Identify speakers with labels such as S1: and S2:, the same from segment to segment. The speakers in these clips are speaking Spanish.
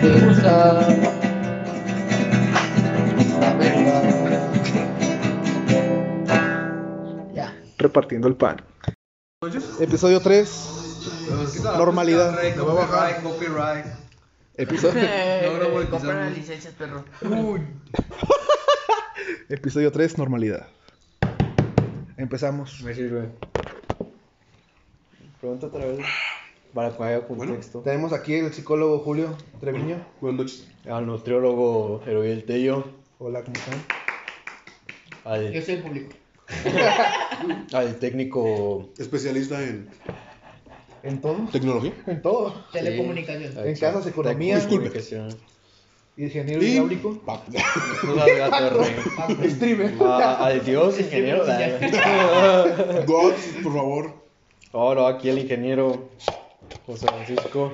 S1: te gusta la verdad. Ya.
S2: repartiendo el pan.
S3: Episodio 3. Normalidad.
S4: Copyright,
S3: Me voy a bajar.
S4: copyright, copyright.
S3: Episodio,
S4: No, no, porque
S1: Compra
S4: quizás
S1: las
S4: no.
S1: licencias, perro.
S3: episodio 3, normalidad. Empezamos.
S5: Me sirve. Pregunta otra vez. Para que haya contexto.
S3: Tenemos aquí el psicólogo Julio Treviño.
S4: Buenas noches.
S5: Al nutriólogo Eroviel Tello.
S3: Hola, ¿cómo están?
S1: Yo
S5: Al,
S1: soy el público.
S5: al técnico.
S4: Especialista en
S3: ¿En todo?
S4: tecnología.
S3: En todo.
S1: Telecomunicación.
S3: En casas, economía.
S5: Disculpe. Nos
S3: Ingeniero hidráulico.
S5: da gato re.
S3: Streamer.
S5: A- Al Dios, ingeniero.
S4: God, por favor.
S5: Ahora aquí el ingeniero José Francisco.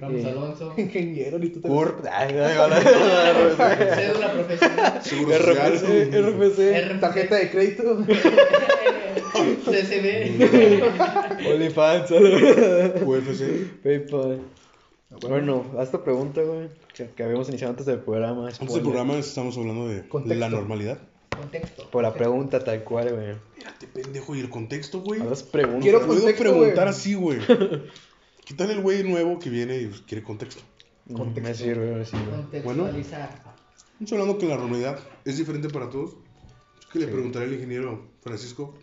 S1: Ramos
S5: Sí.
S1: Alonso.
S3: Ingeniero, ni tú te-
S5: Cur. Ay, ay, hola.
S1: Cédula profesional.
S4: Seguro social.
S5: RFC. RFC.
S1: RFC.
S3: Tarjeta de crédito.
S1: CCB.
S5: OnlyFans.
S4: UFC.
S5: PayPal. Bueno, haz esta pregunta, güey. Que, que habíamos iniciado antes del programa.
S4: Antes del programa estamos hablando de
S3: Contexto.
S4: la normalidad.
S1: Contexto.
S5: Por la pregunta tal cual, güey.
S4: Mírate, pendejo, y el contexto, güey.
S5: A las preguntas.
S3: Quiero
S4: Puedo
S3: contexto,
S4: preguntar
S3: güey.
S4: así, güey. ¿Qué tal el güey nuevo que viene y quiere contexto?
S5: Mm, Me sirve, me sirve.
S1: Contextualizar.
S4: Estamos hablando que la normalidad es diferente para todos. Es que le preguntaré al ingeniero Francisco,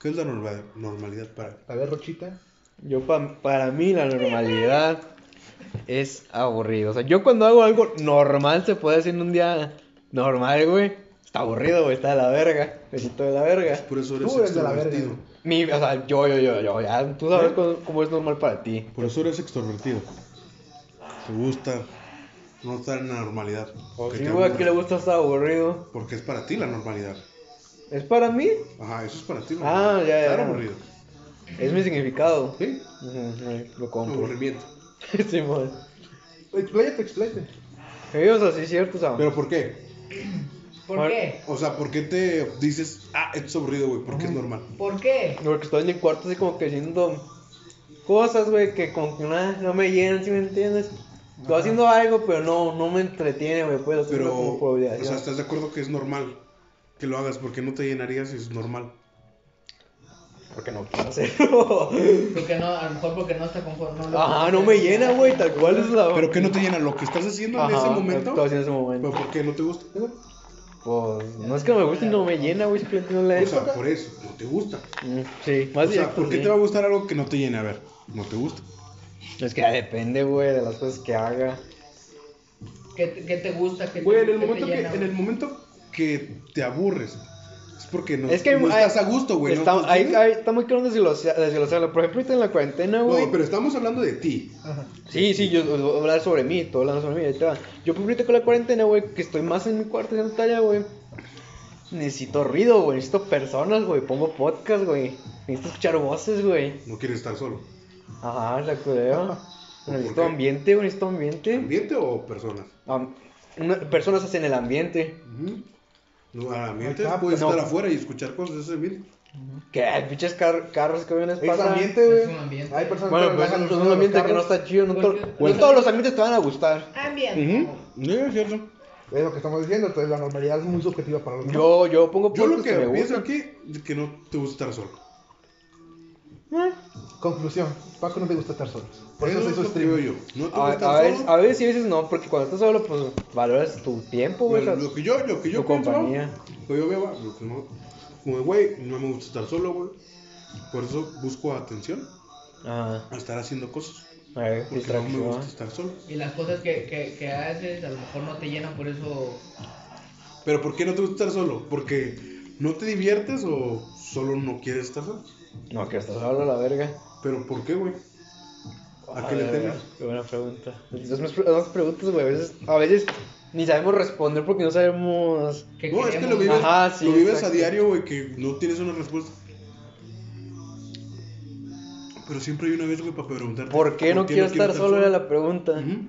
S4: ¿qué es la norma- normalidad para él?
S3: A ver, Rochita.
S5: Yo, pa- para mí, la normalidad es aburrido. O sea, yo cuando hago algo normal, se puede decir en un día normal, güey. Está aburrido, güey. Está de la verga. Besito de la verga.
S4: Por eso eres
S3: Tú eres de la verga.
S4: extrovertido.
S5: Mi, o sea, yo, yo, yo, yo. Ya, tú
S4: ¿Eh?
S5: sabes cómo, cómo es normal para ti.
S4: Por eso eres extrovertido. Te gusta no estar en la normalidad.
S5: O
S4: Que
S5: si,
S4: te
S5: güey,
S4: aburra.
S5: Oh, que le gusta estar aburrido.
S4: Porque es para ti la normalidad.
S5: ¿Es para mí?
S4: Ajá, eso es para ti. normalidad.
S5: Ah, ya, ya,
S4: Estar
S5: ya.
S4: aburrido.
S5: Es mi significado.
S4: Sí,
S5: Ujú, ay, Lo compro.
S4: aburrimiento.
S5: Sí, man.
S3: Expláyate, expláyate.
S5: Ellos así, cierto, o sea,
S4: ¿Pero por qué?
S1: ¿Por
S5: Bueno.
S1: qué?
S4: O sea, ¿por qué te dices, ah, esto es aburrido, güey? Porque es normal.
S1: ¿Por qué?
S5: Porque estoy en el cuarto así como que haciendo cosas, güey, que como que nada, no me llenan, ¿sí me entiendes? Estoy haciendo algo, pero no, no me entretiene, güey, puedo hacerlo
S4: Pero,
S5: como
S4: o
S5: probabilidad.
S4: sea, ¿estás de acuerdo que es normal que lo hagas? Porque no te llenarías si es normal.
S5: Porque no quiero hacerlo.
S1: Porque no, a lo mejor porque no está conforme. lo-
S5: Ajá, no me llena, güey, tal cual es la...
S4: Pero que no te llena lo que estás haciendo en ese
S5: Oh. Ajá, lo que Estoy
S4: momento.
S5: haciendo en ese
S4: ¿Pero
S5: momento.
S4: por qué no te gusta?
S5: Pues, no es que no me guste, no me llena, güey, simplemente no le...
S4: O sea, por eso, no te gusta.
S5: Mm, Sí,
S4: O
S5: más
S4: sea, ¿por qué te va a gustar algo que no te llena? A ver, no te gusta.
S5: Es que ya depende, güey, de las cosas que haga.
S1: ¿Qué te, qué te gusta? ¿Qué te,
S4: Güey, en el
S1: qué te
S4: momento que,
S1: llena,
S4: en el
S1: güey?
S4: momento que te aburres, es porque no,
S5: Es que
S4: no
S5: hay-
S4: estás a gusto, güey. ¿no?
S5: está,
S4: ¿Sí?
S5: ahí- ahí está muy claro desglosa- desglosarlo. Por ejemplo, ahorita en la cuarentena,
S4: No,
S5: güey...
S4: pero estamos hablando de ti.
S5: Sí, sí, yo voy a hablar sobre mí, todo hablando sobre mí, ahí te va. Yo publico con la cuarentena, güey, que estoy más en mi cuarto haciendo talla, güey. Necesito ruido, güey, necesito personas, güey, pongo podcast, güey. Necesito escuchar voces, güey.
S4: No quieres estar solo.
S5: Ajá, exacto, güey. Necesito
S4: qué?
S5: ambiente, güey, necesito ambiente.
S4: ¿Ambiente o personas?
S5: Am- una- personas hacen el ambiente.
S4: Ujú. No, al ambiente
S3: Acá,
S4: puedes
S5: no.
S4: estar afuera y escuchar cosas de ese ambiente.
S5: Que pinches car- carros que vienen
S3: Es ambiente, güey.
S1: Es un ambiente.
S3: Hay personas
S5: Bueno,
S3: que
S5: pues
S3: relajan
S5: es
S3: los
S5: un
S3: sonidos de los
S5: ambiente que no
S3: carros.
S5: está chido, no, to-
S1: Porque-
S5: no
S1: Bueno.
S5: todos los ambientes te van a gustar.
S1: Ambiente.
S4: Sí, es cierto.
S3: Es lo que estamos diciendo, entonces la normalidad es muy subjetiva para los demás.
S5: Yo, yo pongo
S4: Yo lo
S5: podcasts
S4: que
S5: que me
S4: pienso
S5: gustan.
S4: aquí es que no te gusta estar solo.
S3: Conclusión, Paco no te gusta estar solo. Por eso
S4: Eso
S3: se
S4: es
S3: hizo este-
S4: lo que
S3: stream.
S4: veo yo. No te
S5: A,
S4: gusta
S5: a
S4: estar
S5: veces,
S4: solo.
S5: a veces sí, a veces no, porque cuando estás solo, pues valoras tu tiempo, güey.
S4: Bueno,
S5: o sea,
S4: lo que yo, lo que yo
S5: tu
S4: pienso,
S5: compañía.
S4: lo que yo veo, lo que no- como güey, no me gusta estar solo, güey. Por eso busco atención
S5: Ajá.
S4: a estar haciendo cosas.
S5: A ver,
S4: Porque no me
S5: distracción.
S4: gusta estar solo.
S1: Y las cosas que, que, que haces a lo mejor no te llenan, por eso.
S4: Pero ¿por qué no te gusta estar solo? Porque no te diviertes o solo no quieres estar solo.
S5: No, que estás solo a la verga.
S4: Pero ¿por qué, güey? ¿A qué le
S5: ver,
S4: temes?
S5: Qué buena pregunta. Esas son las preguntas, güey. A veces, a veces ni sabemos responder porque no sabemos.
S1: Que
S4: No, es que
S1: queremos,
S4: lo vives,
S5: Ajá, sí,
S4: lo vives a
S5: exacto.
S4: diario, güey, que no tienes una respuesta. Pero siempre hay una vez, güey, para preguntarte.
S5: ¿Por qué no quiero estar solo? Era la pregunta.
S4: Ujú.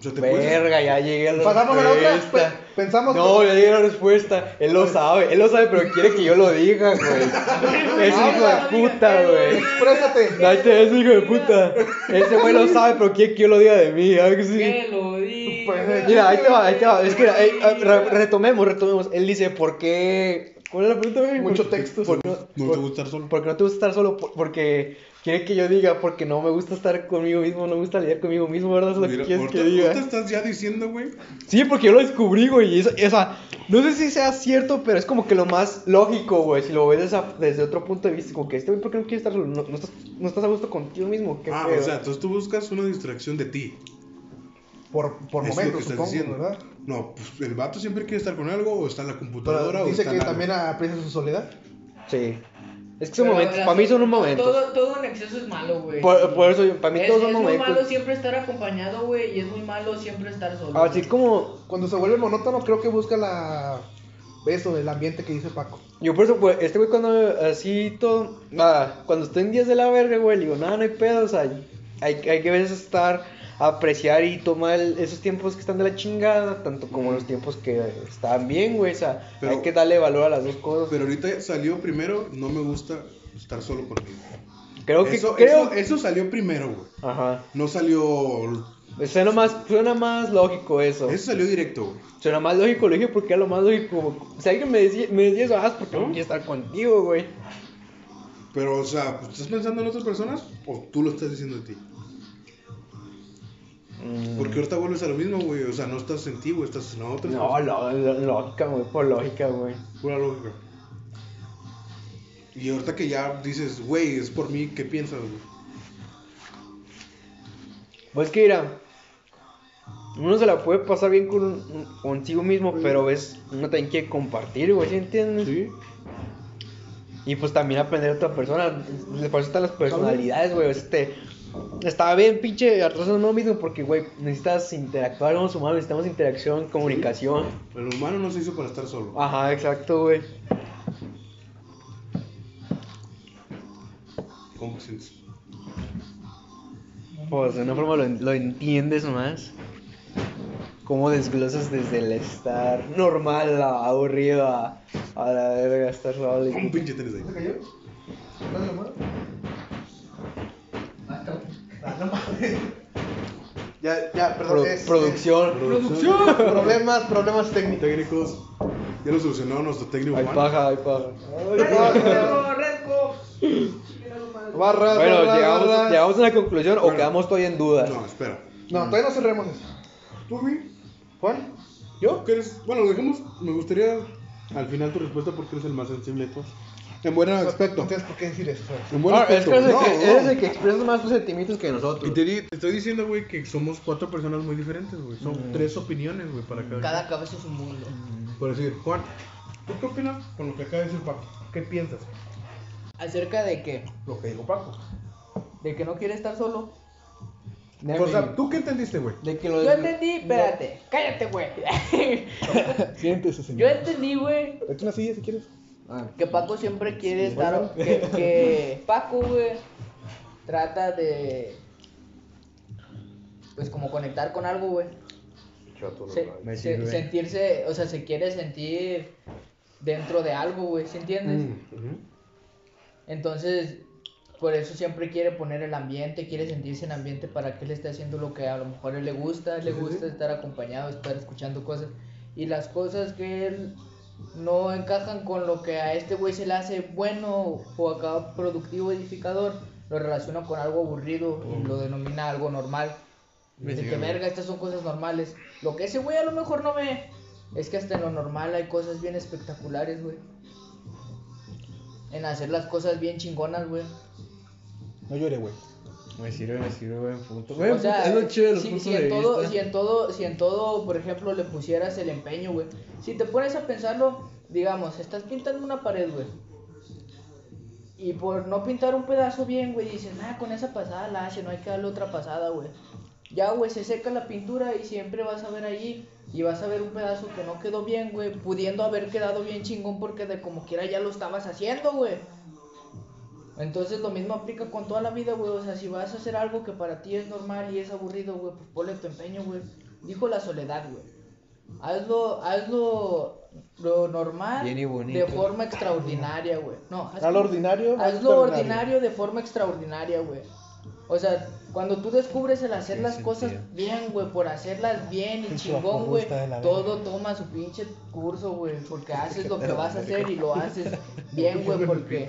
S4: sea, te
S5: Verga, ya llegué a la
S3: Pasamos a la otra,
S5: respuesta.
S3: pues, pensamos-
S5: No, ya llegué a la respuesta. Él lo sabe, él lo sabe, pero quiere que yo lo diga, güey. Es un hijo de
S3: Habla.
S5: puta, güey.
S3: Exprésate.
S5: Date, es un hijo de puta. Ese güey lo sabe, pero quiere que yo lo diga de mí. ¿a que sí?
S1: Que lo diga.
S3: Pues,
S5: Mira, ahí te va, ahí te va. Es que eh, eh, re- retomemos, retomemos. Él dice, ¿por qué? ¿Cuál es la pregunta, güey?
S3: Mucho
S5: ¿Por qué-
S3: texto.
S5: por no-
S4: No
S5: por-
S4: te gusta estar solo.
S5: porque no te gusta estar solo, por- porque quiere que yo diga, porque no me gusta estar conmigo mismo, no me gusta lidiar conmigo mismo, ¿verdad? Es lo que
S4: Mira,
S5: quieres
S4: ahorita-
S5: que diga.
S4: ahorita estás ya diciendo, güey?
S5: Sí, porque yo lo descubrí, güey. y eso- o sea, no sé si sea cierto, pero es como que lo más lógico, güey. Si lo ves desde, desde otro punto de vista, como que este güey, ¿por qué no quieres estar solo? ¿No, no estás, no estás a gusto contigo mismo? ¿Qué
S4: Ah,
S5: pedo?
S4: o sea, entonces tú buscas una distracción de ti.
S3: Por, por
S4: es lo que
S3: momentos,
S4: estás
S3: supongo,
S4: diciendo.
S3: ¿verdad?
S4: No, pues el vato siempre quiere estar con algo, o está en la computadora,
S3: Pero
S4: o
S3: dice
S4: está
S3: que
S4: en algo.
S3: también aprecia su soledad.
S5: Sí. Es que son
S1: Pero
S5: momentos,
S1: la-
S5: para mí son un momento.
S1: Todo, todo en exceso es malo, güey.
S5: Por, por eso, yo- para mí
S1: es,
S5: todos son
S1: es muy
S5: momentos.
S1: malo siempre estar acompañado, güey, y es muy malo siempre estar solo.
S5: Así como,
S3: Cuando se vuelve monótono, creo que busca la. Eso, el ambiente que dice Paco.
S5: Yo por eso, güey, este güey cuando así todo, ah, cuando estoy en días de la verga, güey, le digo, nada, no hay pedo, o sea, hay, hay que a veces estar, apreciar y tomar el- esos tiempos que están de la chingada, tanto como los tiempos que están bien, güey, o sea,
S4: Pero-
S5: hay que darle valor a las dos cosas.
S4: Pero ahorita salió primero, no me gusta estar solo conmigo.
S5: creo que,
S4: eso,
S5: creo,
S4: eso, eso salió primero, güey.
S5: ajá,
S4: No salió.
S5: suena más, suena más lógico eso,
S4: Eso salió directo, güey.
S5: suena más lógico, lo dije porque era lo más lógico, si alguien me decía, me decía eso, ah, es porque no quiero estar contigo, güey.
S4: Pero, o sea, pues, ¿estás pensando en otras personas o tú lo estás diciendo a ti?
S5: Mm.
S4: Porque ahorita vuelves a lo mismo, güey. O sea, no estás en ti, güey, estás en otras
S5: No,
S4: personas.
S5: lo- lo- lógica, güey, por lógica, güey.
S4: Pura lógica. Y ahorita que ya dices, güey, es por mí, ¿qué piensas, güey?
S5: Pues que mira, uno se la puede pasar bien con un- consigo mismo, pero ves, uno también quiere compartir, güey, ¿sí entiendes? Y pues también aprender a otra persona, le eso están las personalidades, güey, este, está bien pinche atrás de uno mismo porque, güey, necesitas interactuar con los humanos, necesitamos interacción, comunicación.
S4: El humano no se hizo para estar solo.
S5: Ajá, exacto, güey.
S4: ¿Cómo te sientes?
S5: Pues de una forma lo, en- lo entiendes más. Cómo desglosas desde el estar normal a aburrido a, a la verga, estar solo y-
S4: Un pinche tenis ahí.
S3: cayó? ¿Estás en la mano? Ah, no mames. Ya, ya, perdón.
S5: Pro-
S3: es- es-
S5: producción.
S4: Producción.
S3: Problemas, problemas técnicos.
S4: Técnicos. Ya lo solucionó nuestro técnico
S5: Hay
S4: Juan.
S5: paja, hay paja.
S1: Redco, Redco.
S3: Barras,
S5: Bueno,
S3: barras,
S5: llegamos,
S3: barras.
S5: llegamos a la conclusión o
S4: Bueno.
S5: quedamos todavía en dudas. Ah,
S4: No, espera.
S3: No, todavía no cerremos eso.
S4: ¿Tú, güey?
S3: ¿Juan?
S4: ¿Yo? ¿Qué eres? Bueno, lo dejemos. Me gustaría al final tu respuesta porque eres el más sensible de todos. En buen aspecto.
S3: Entonces, ¿por qué decir eso?
S4: En buen
S5: Ah, es
S4: aspecto.
S5: que eres,
S4: pues, No,
S5: el que,
S4: no.
S5: eres el que expresas más tus sentimientos que nosotros.
S4: Y te, di- te estoy diciendo, güey, que somos cuatro personas muy diferentes, güey. Son
S3: Mm.
S4: tres opiniones, güey, para cada,
S1: Cada cabeza es un mundo.
S4: quien. Por decir, Juan, ¿tú qué opinas con lo que acaba de decir Paco? ¿Qué piensas?
S1: Acerca de que,
S4: Lo que dijo Paco.
S1: de que no quiere estar solo.
S5: Nemi,
S4: O sea, ¿tú qué entendiste, güey?
S5: de que lo
S1: Yo entendí, espérate, cállate, güey.
S3: Siéntese, señor.
S1: Yo entendí, güey,
S3: Vete una silla si quieres.
S5: Ah,
S1: que Paco siempre quiere estar, que, que Paco, güey, trata de, pues como conectar con algo, güey. Se-
S5: Me
S1: se-
S5: sirve.
S1: sentirse, o sea, se quiere sentir dentro de algo, güey, ¿sí entiendes?
S4: Mm.
S1: Entonces, por eso siempre quiere poner el ambiente, quiere sentirse en ambiente para que él esté haciendo lo que a lo mejor a él le gusta, le gusta estar acompañado, estar escuchando cosas. Y las cosas que él no encajan con lo que a este güey se le hace bueno o acá productivo, edificador, lo relaciona con algo aburrido y lo denomina algo normal. De que verga, estas son cosas normales. Lo que ese güey a lo mejor no ve es que hasta en lo normal hay cosas bien espectaculares, güey. En hacer las cosas bien chingonas, güey.
S3: No llore, güey.
S5: Me sirve, me sirve, buen punto. Buen
S1: O sea,
S5: punto, es lo chido de los
S1: si,
S5: puntos
S1: si
S5: de
S1: en todo,
S5: vista.
S1: si en todo, si en todo, por ejemplo, le pusieras el empeño, güey. Si te pones a pensarlo, digamos, estás pintando una pared, güey. Y por no pintar un pedazo bien, güey, dices, ah, con esa pasada la hace, no hay que darle otra pasada, güey. Ya, güey, se seca la pintura y siempre vas a ver ahí y vas a ver un pedazo que no quedó bien, güey, pudiendo haber quedado bien chingón porque de como quiera ya lo estabas haciendo, güey. Entonces lo mismo aplica con toda la vida, güey. O sea, si vas a hacer algo que para ti es normal y es aburrido, güey, pues ponle tu empeño, güey. Dijo la soledad, güey. Hazlo, hazlo lo normal
S5: Bien y bonito.
S1: de forma extraordinaria, güey. No, haz-
S3: Haz lo ordinario, haz
S1: Haz
S3: lo
S1: lo
S3: ordinario.
S1: ordinario de forma extraordinaria, güey. O sea, cuando tú descubres el hacer
S5: Tiene
S1: las cosas
S5: sentido.
S1: bien, güey, por hacerlas bien y
S3: Pinche
S1: chingón,
S3: bajo
S1: güey,
S3: gusta de la
S1: todo toma su pinche curso, güey, porque haces lo que vas a hacer y lo haces bien, güey, porque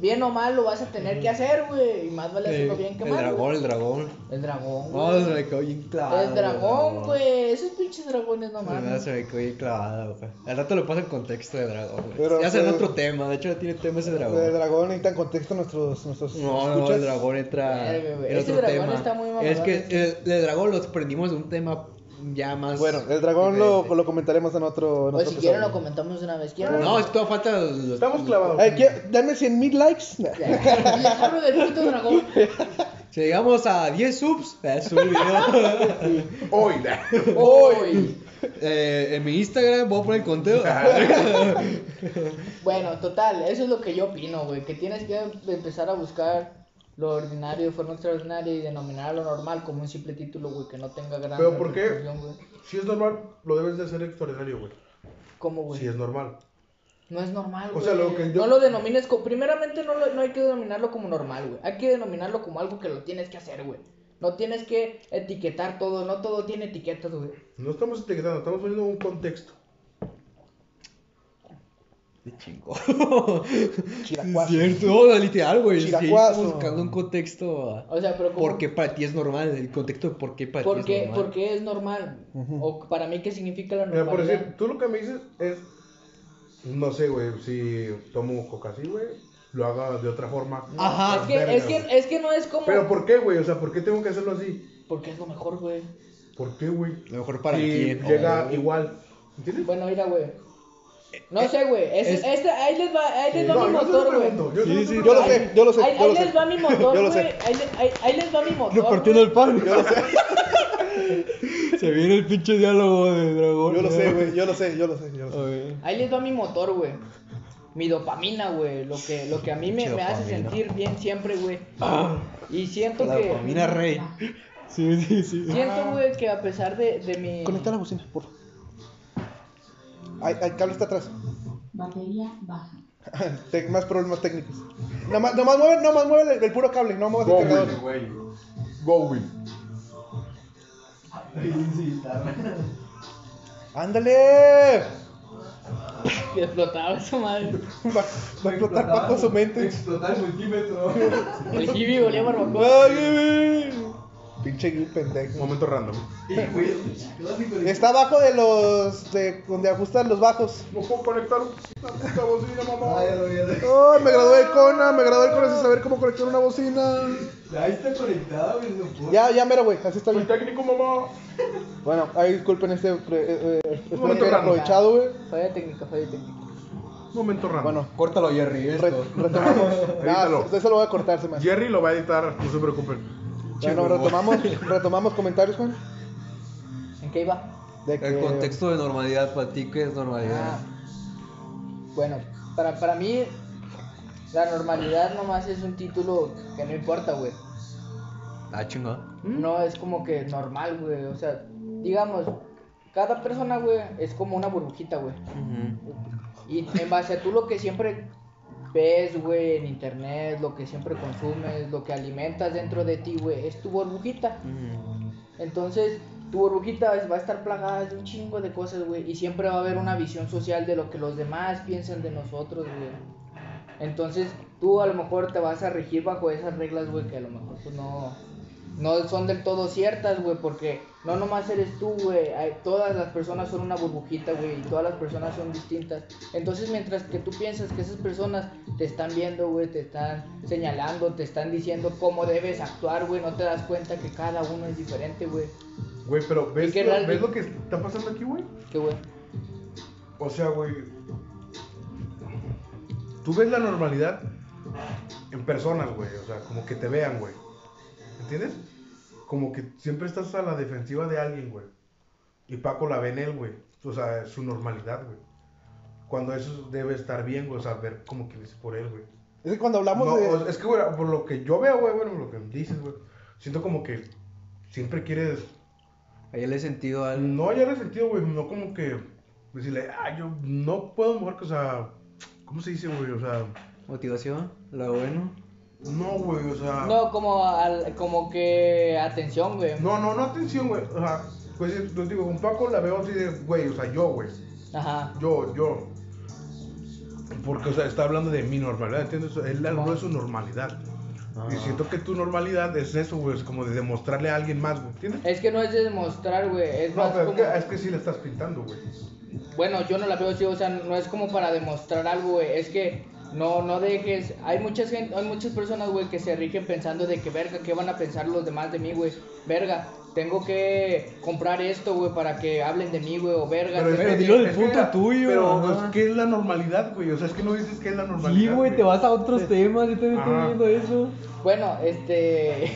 S1: bien o mal lo vas a tener que hacer, güey, y más vale hacerlo bien que
S5: eh, el
S1: mal.
S5: dragón,
S1: güey.
S5: el dragón.
S1: El dragón,
S5: Oh, se
S1: güey.
S5: me quedó bien clavado.
S1: El dragón, güey, esos pinches dragones no
S5: Se me-
S1: mames.
S5: Se me quedó bien clavado, güey. Al rato lo paso en contexto de dragón, güey.
S3: Pero-
S5: ya será en
S3: pero-
S5: otro tema, de hecho no tiene tema ese dragón.
S3: El dragón necesita contexto nuestros, nuestros
S5: No, no,
S3: escuchas.
S5: el dragón entra
S1: Verga, güey.
S5: en
S1: Ese
S5: otro
S1: dragón
S5: tema.
S1: está muy mamalón.
S5: es que el, el dragón lo prendimos de un tema ya más.
S3: Bueno, el dragón lo,
S5: diferente.
S3: lo comentaremos en otro. en
S1: O
S5: Pues
S3: otro
S1: Pues si quieren lo
S3: episodio.
S1: comentamos de una vez. ¿Quieren?
S5: No, esto falta. los-
S4: Estamos clavados.
S3: Ay, ¿qué- Dame 100 mil likes.
S1: Hablo del puto dragón.
S5: Si llegamos a 10 subs, es un video.
S4: Hoy.
S1: Hoy.
S5: Eh, en mi Instagram voy a poner el conteo.
S3: Ah,
S1: Bueno, total, eso es lo que yo opino, güey. Que tienes que empezar a buscar lo ordinario de forma extraordinaria y denominar a lo normal como un simple título, güey, que no tenga gran
S4: ¿Pero por qué?
S1: repercusión, güey.
S4: Si es normal, lo debes de hacer extraordinario, güey.
S1: ¿Cómo, güey?
S4: Si es normal.
S1: No es normal,
S4: O
S1: güey.
S4: sea, lo que yo-
S1: No lo denomines como... Primeramente, no, lo- no hay que denominarlo como normal, güey. Hay que denominarlo como algo que lo tienes que hacer, güey. No tienes que etiquetar todo. No todo tiene etiquetas, güey.
S4: No estamos etiquetando, estamos poniendo un contexto.
S5: De chingo.
S3: Chilacuazo.
S5: Cierto, no, literal, güey. Sí,
S3: Chiracuazo.
S5: estamos buscando un contexto. ah, a-
S1: O sea, pero como...
S5: ¿Por qué para ti es normal? El contexto de por qué para
S1: ¿Por
S5: ti es
S1: qué,
S5: normal.
S1: ¿Por qué es normal? O para mí, ¿qué significa la
S4: Mira,
S1: normalidad?
S4: por decir, tú lo que me dices es. No sé, güey, si tomo coca así, güey, lo haga de otra forma. Ah,
S5: Ajá.
S1: es, que,
S4: verga,
S1: es,
S4: güey.
S1: que, es que no es como...
S4: Pero ¿por qué, güey? O sea, ¿por qué tengo que hacerlo así?
S1: Porque es lo mejor, güey.
S4: ¿Por qué, güey?
S5: Lo mejor para
S4: Si
S5: quién.
S4: Llega
S5: Oh.
S4: igual. ¿Entiendes?
S1: Bueno, mira, güey. No sé, güey. Es,
S5: Eh, es-
S1: este- ahí les va, ahí les va
S4: No,
S1: mi
S4: yo solo
S1: motor, güey.
S4: pregunto, yo
S5: Sí,
S4: solo
S5: sí,
S4: pregunto.
S3: Yo lo sé, yo lo sé.
S1: Ahí,
S3: yo
S1: ahí
S3: lo sé.
S1: les va mi
S3: Yo
S1: motor,
S3: lo
S1: güey.
S3: sé.
S1: Ahí, le- ahí- ahí les va mi motor.
S5: Repartiendo
S1: güey.
S5: el pan. Se viene el pinche diálogo de dragón.
S3: Yo lo sé, güey. Yo lo sé, yo lo sé. yo lo sé.
S1: Ahí les va mi motor, güey. Mi dopamina, güey. Lo que, lo que a mí me, me hace
S5: Dopamina. Ah.
S1: sentir bien siempre, güey. Y siento
S5: La
S1: que.
S5: dopamina rey. Sí, sí, sí.
S1: Siento, güey, que a pesar de, de mi.
S3: Conecta la bocina, por favor. Ay, ay, cable está atrás.
S6: Batería baja.
S3: Te- más problemas técnicos. Nomás, nomás mueve, nomás mueve el, el puro cable, no muevas el
S4: Go,
S3: cargador.
S4: Will, güey. Go, Will.
S3: ¡Ándale!
S1: Que explotaba esa madre.
S3: Va, va a explotar Paco su mente.
S1: El Gibi volía barbacoa.
S3: ¡Ay, güey! Pinche Gil pendejo.
S4: Momento random.
S3: Está abajo de los. de donde ajustan los bajos.
S4: No puedo conectar la puta bocina, mamá.
S3: ¡Oh, me gradué de Cona! Me gradué de Cona sin saber cómo conectar una bocina.
S7: Ahí está conectado, güey. No puedo.
S3: Ya, ya, mero, güey. Así está
S4: Soy
S3: bien.
S4: técnico, mamá.
S3: Bueno, ahí disculpen este. pre- eh, eh, espero
S4: momento
S3: que haya
S4: random.
S3: aprovechado, güey.
S1: Falla técnica, falla técnica.
S4: Momento random.
S3: Bueno,
S5: Córtalo, Jerry.
S3: re-
S5: esto.
S3: retomamos.
S4: Edítalo.
S3: Nada, eso lo voy a cortar, se me hace.
S4: Jerry lo va a editar, no se preocupen.
S3: Bueno, retomamos, retomamos comentarios, Juan.
S1: ¿En qué iba?
S3: De que-
S5: El contexto de normalidad para ti, ¿qué es normalidad?
S1: Ah. Bueno, para, para mí la normalidad nomás es un título que no importa, güey.
S5: Ah, chingón.
S1: No es como que normal, güey. O sea, digamos, cada persona, güey, es como una burbujita, güey. Y en base a tú lo que siempre ves, güey, en internet, lo que siempre consumes, lo que alimentas dentro de ti, güey, es tu burbujita. Entonces, tu burbujita es- va a estar plagada de un chingo de cosas, güey. Y siempre va a haber una visión social de lo que los demás piensan de nosotros, güey. Entonces, tú a lo mejor te vas a regir bajo esas reglas, güey, que a lo mejor pues, no, no son del todo ciertas, güey. Porque no nomás eres tú, güey. hay- Todas las personas son una burbujita, güey. Y todas las personas son distintas. Entonces, mientras que tú piensas que esas personas te están viendo, güey, te están señalando, te están diciendo cómo debes actuar, güey, no te das cuenta que cada uno es diferente, güey.
S4: Güey, pero ¿ves,
S1: qué
S4: lo,
S1: real-
S4: ¿ves lo que está pasando aquí, güey?
S1: Qué güey.
S4: O sea, güey. Tú ves la normalidad en personas, güey. O sea, como que te vean, güey. ¿Entiendes? Como que siempre estás a la defensiva de alguien, güey. Y Paco la ve en él, güey. O sea, es su normalidad, güey. Cuando eso debe estar bien, güey. O sea, ver como que ves por él, güey.
S3: Es que cuando hablamos
S4: No,
S3: de.
S4: o- Es que, güey, por lo que yo veo, güey, bueno, lo que dices, güey. Siento como que siempre quieres
S5: Ahí le he sentido algo.
S4: No haya resentido, güey, no como que decirle, ah, yo no puedo mejor que, o sea, ¿cómo se dice, güey? O sea,
S5: Motivación, lo bueno.
S4: no, güey, o sea.
S1: No, como, al- como que atención, güey.
S4: No, no, no, atención, güey. O sea, pues eh, les digo, con Paco la veo así de, güey, o sea, yo, güey.
S1: Ajá.
S4: Yo, yo. Porque, o sea, está hablando de mi normalidad, ¿entiendes? Él habló de su normalidad. Y siento que tu normalidad es eso, güey, es como de demostrarle a alguien más, güey, ¿entiendes?
S1: Es que no es de demostrar, güey. Es
S4: No,
S1: más
S4: pero es
S1: como...
S4: que, es que sí le estás pintando, güey.
S1: Bueno, yo no la veo así, o sea, no es como para demostrar algo, güey. Es que no, no dejes. Hay muchas gente, hay muchas personas, güey, que se rigen pensando de que verga, ¿qué van a pensar los demás de mí, güey? Verga, tengo que comprar esto, güey, para que hablen de mí, güey, o verga.
S4: es
S1: tengo
S4: que-
S1: que-
S5: dilo del
S4: es
S5: punto
S4: era-
S5: tuyo,
S4: Pero
S5: ajá.
S4: es que es la normalidad, güey. O sea, es que no dices que es la normalidad.
S5: Sí, güey, te vas a otros temas. Yo también
S4: Ajá.
S5: estoy viendo eso.
S1: Bueno, este.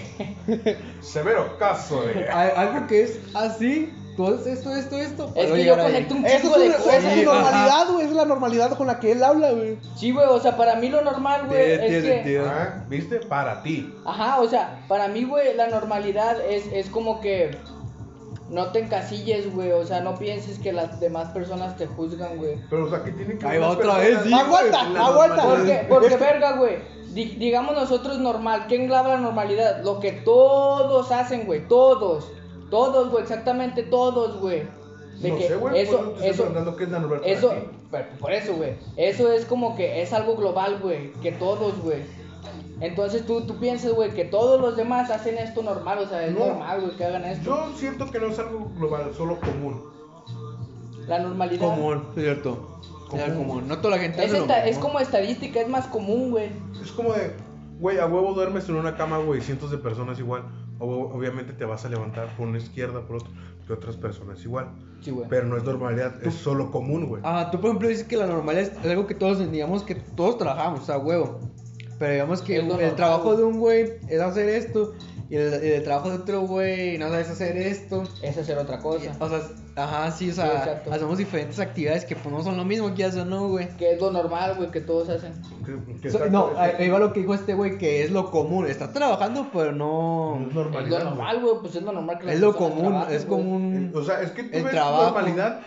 S4: Severo caso, güey.
S5: Hay- Algo que es así. Tú haces esto, esto, esto.
S1: Es
S5: para
S1: que
S5: llegar
S1: yo
S5: ahí.
S1: conecto un
S3: Eso
S1: chingo
S3: es,
S1: de
S3: una- eso es
S1: cosas.
S5: Sí,
S3: la
S5: ajá.
S3: normalidad, güey. esa Es la normalidad con la que él habla, güey.
S1: Sí, güey, o sea, para mí lo normal, güey,
S5: Tiene-
S1: es
S5: tiene
S1: que.
S5: sentido.
S4: Ah, ¿Viste? Para ti.
S1: Ajá, o sea, para mí, güey, la normalidad es, es como que no te encasilles, güey. O sea, no pienses que las demás personas te juzgan, güey. Ah,
S4: Pero, o sea, que tiene que
S5: Ahí
S4: ver
S5: va
S4: las
S5: otra
S4: personas?
S5: vez, sí.
S3: aguanta,
S5: güey, la
S3: aguanta.
S1: Porque,
S5: normalidad.
S1: porque verga, güey. di- digamos nosotros normal. ¿Qué engloba la normalidad? Lo que todos hacen, güey. Todos. Todos, güey. Exactamente todos, güey. De
S4: No
S1: que
S4: sé, güey.
S1: eso,
S4: Eso, te estoy
S1: eso,
S4: preguntando qué es la normalidad.
S1: eso,
S4: para ti.
S1: pero por eso, güey. Eso es como que es algo global, güey. Que todos, güey. Entonces tú, tú piensas, güey, que todos los demás hacen esto normal. O sea, es
S4: No.
S1: normal, güey, que hagan esto.
S4: Yo siento que no es algo global, solo común.
S1: La normalidad.
S5: Común, cierto. Era
S4: Común.
S5: común. No toda la gente
S1: Es,
S5: hace lo
S1: esta- es
S5: mismo.
S1: como estadística, es más común, güey.
S4: Es como de, güey, a huevo duermes en una cama, güey, cientos de personas igual. O- obviamente te vas a levantar por una izquierda, por otra, de otras personas igual.
S1: Sí, güey.
S4: Pero no es normalidad, es solo común, güey.
S5: Ah, tú por ejemplo dices que la normalidad es algo que todos, digamos que todos trabajamos, o sea, huevo. Pero digamos que
S1: Es lo
S5: el
S1: normal,
S5: trabajo
S1: güey.
S5: de un güey es hacer esto y el, el trabajo de otro güey no sabes hacer esto.
S1: Es hacer otra cosa.
S5: O sea, ajá, sí,
S1: Sí,
S5: o sea,
S1: exacto.
S5: hacemos diferentes actividades que pues, no son lo mismo que hacen, ¿no, güey?
S1: Que es lo normal, güey, que todos hacen.
S4: Que- que
S5: So-
S4: está-
S5: no,
S4: es-
S5: ahí ahí va lo que dijo este güey, que es lo común. Está trabajando, pero no.
S4: es
S1: Es lo
S4: normalidad.
S1: normal, güey, pues es lo normal que las
S5: Es lo
S1: personas
S5: común,
S1: trabajen,
S5: es
S1: güey.
S5: común.
S4: güey. Eh, O sea, es que tú
S5: El
S4: ves
S5: trabajo.
S4: normalidad,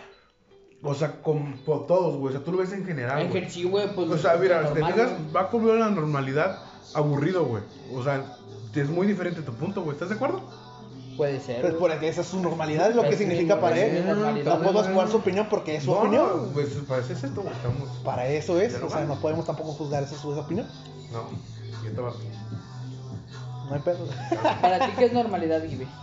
S4: o sea, con, por todos, güey. O sea, tú lo ves en general.
S1: En
S4: güey.
S1: que sí, güey, pues.
S4: O sea, mira,
S1: es lo
S4: te
S1: normal,
S4: digas,
S1: güey.
S4: va como la normalidad aburrido, güey. O sea, es muy diferente tu punto, güey. ¿Estás de acuerdo?
S1: Puede ser.
S3: Pues
S1: güey.
S3: por esa es su normalidad, es lo que
S1: Es
S3: significa
S1: mi
S3: para
S1: normalidad,
S3: él.
S1: mi normalidad.
S3: Tampoco vas a jugar su opinión porque es su
S4: no,
S3: opinión.
S4: no, pues parece esto, güey. Estamos.
S3: Para eso es, o sea,
S4: Dialogando.
S3: no podemos tampoco juzgar esa su opinión.
S4: No, yo estaba.
S3: No hay pedo.
S1: Para ti, ¿qué es normalidad, güey?
S4: No,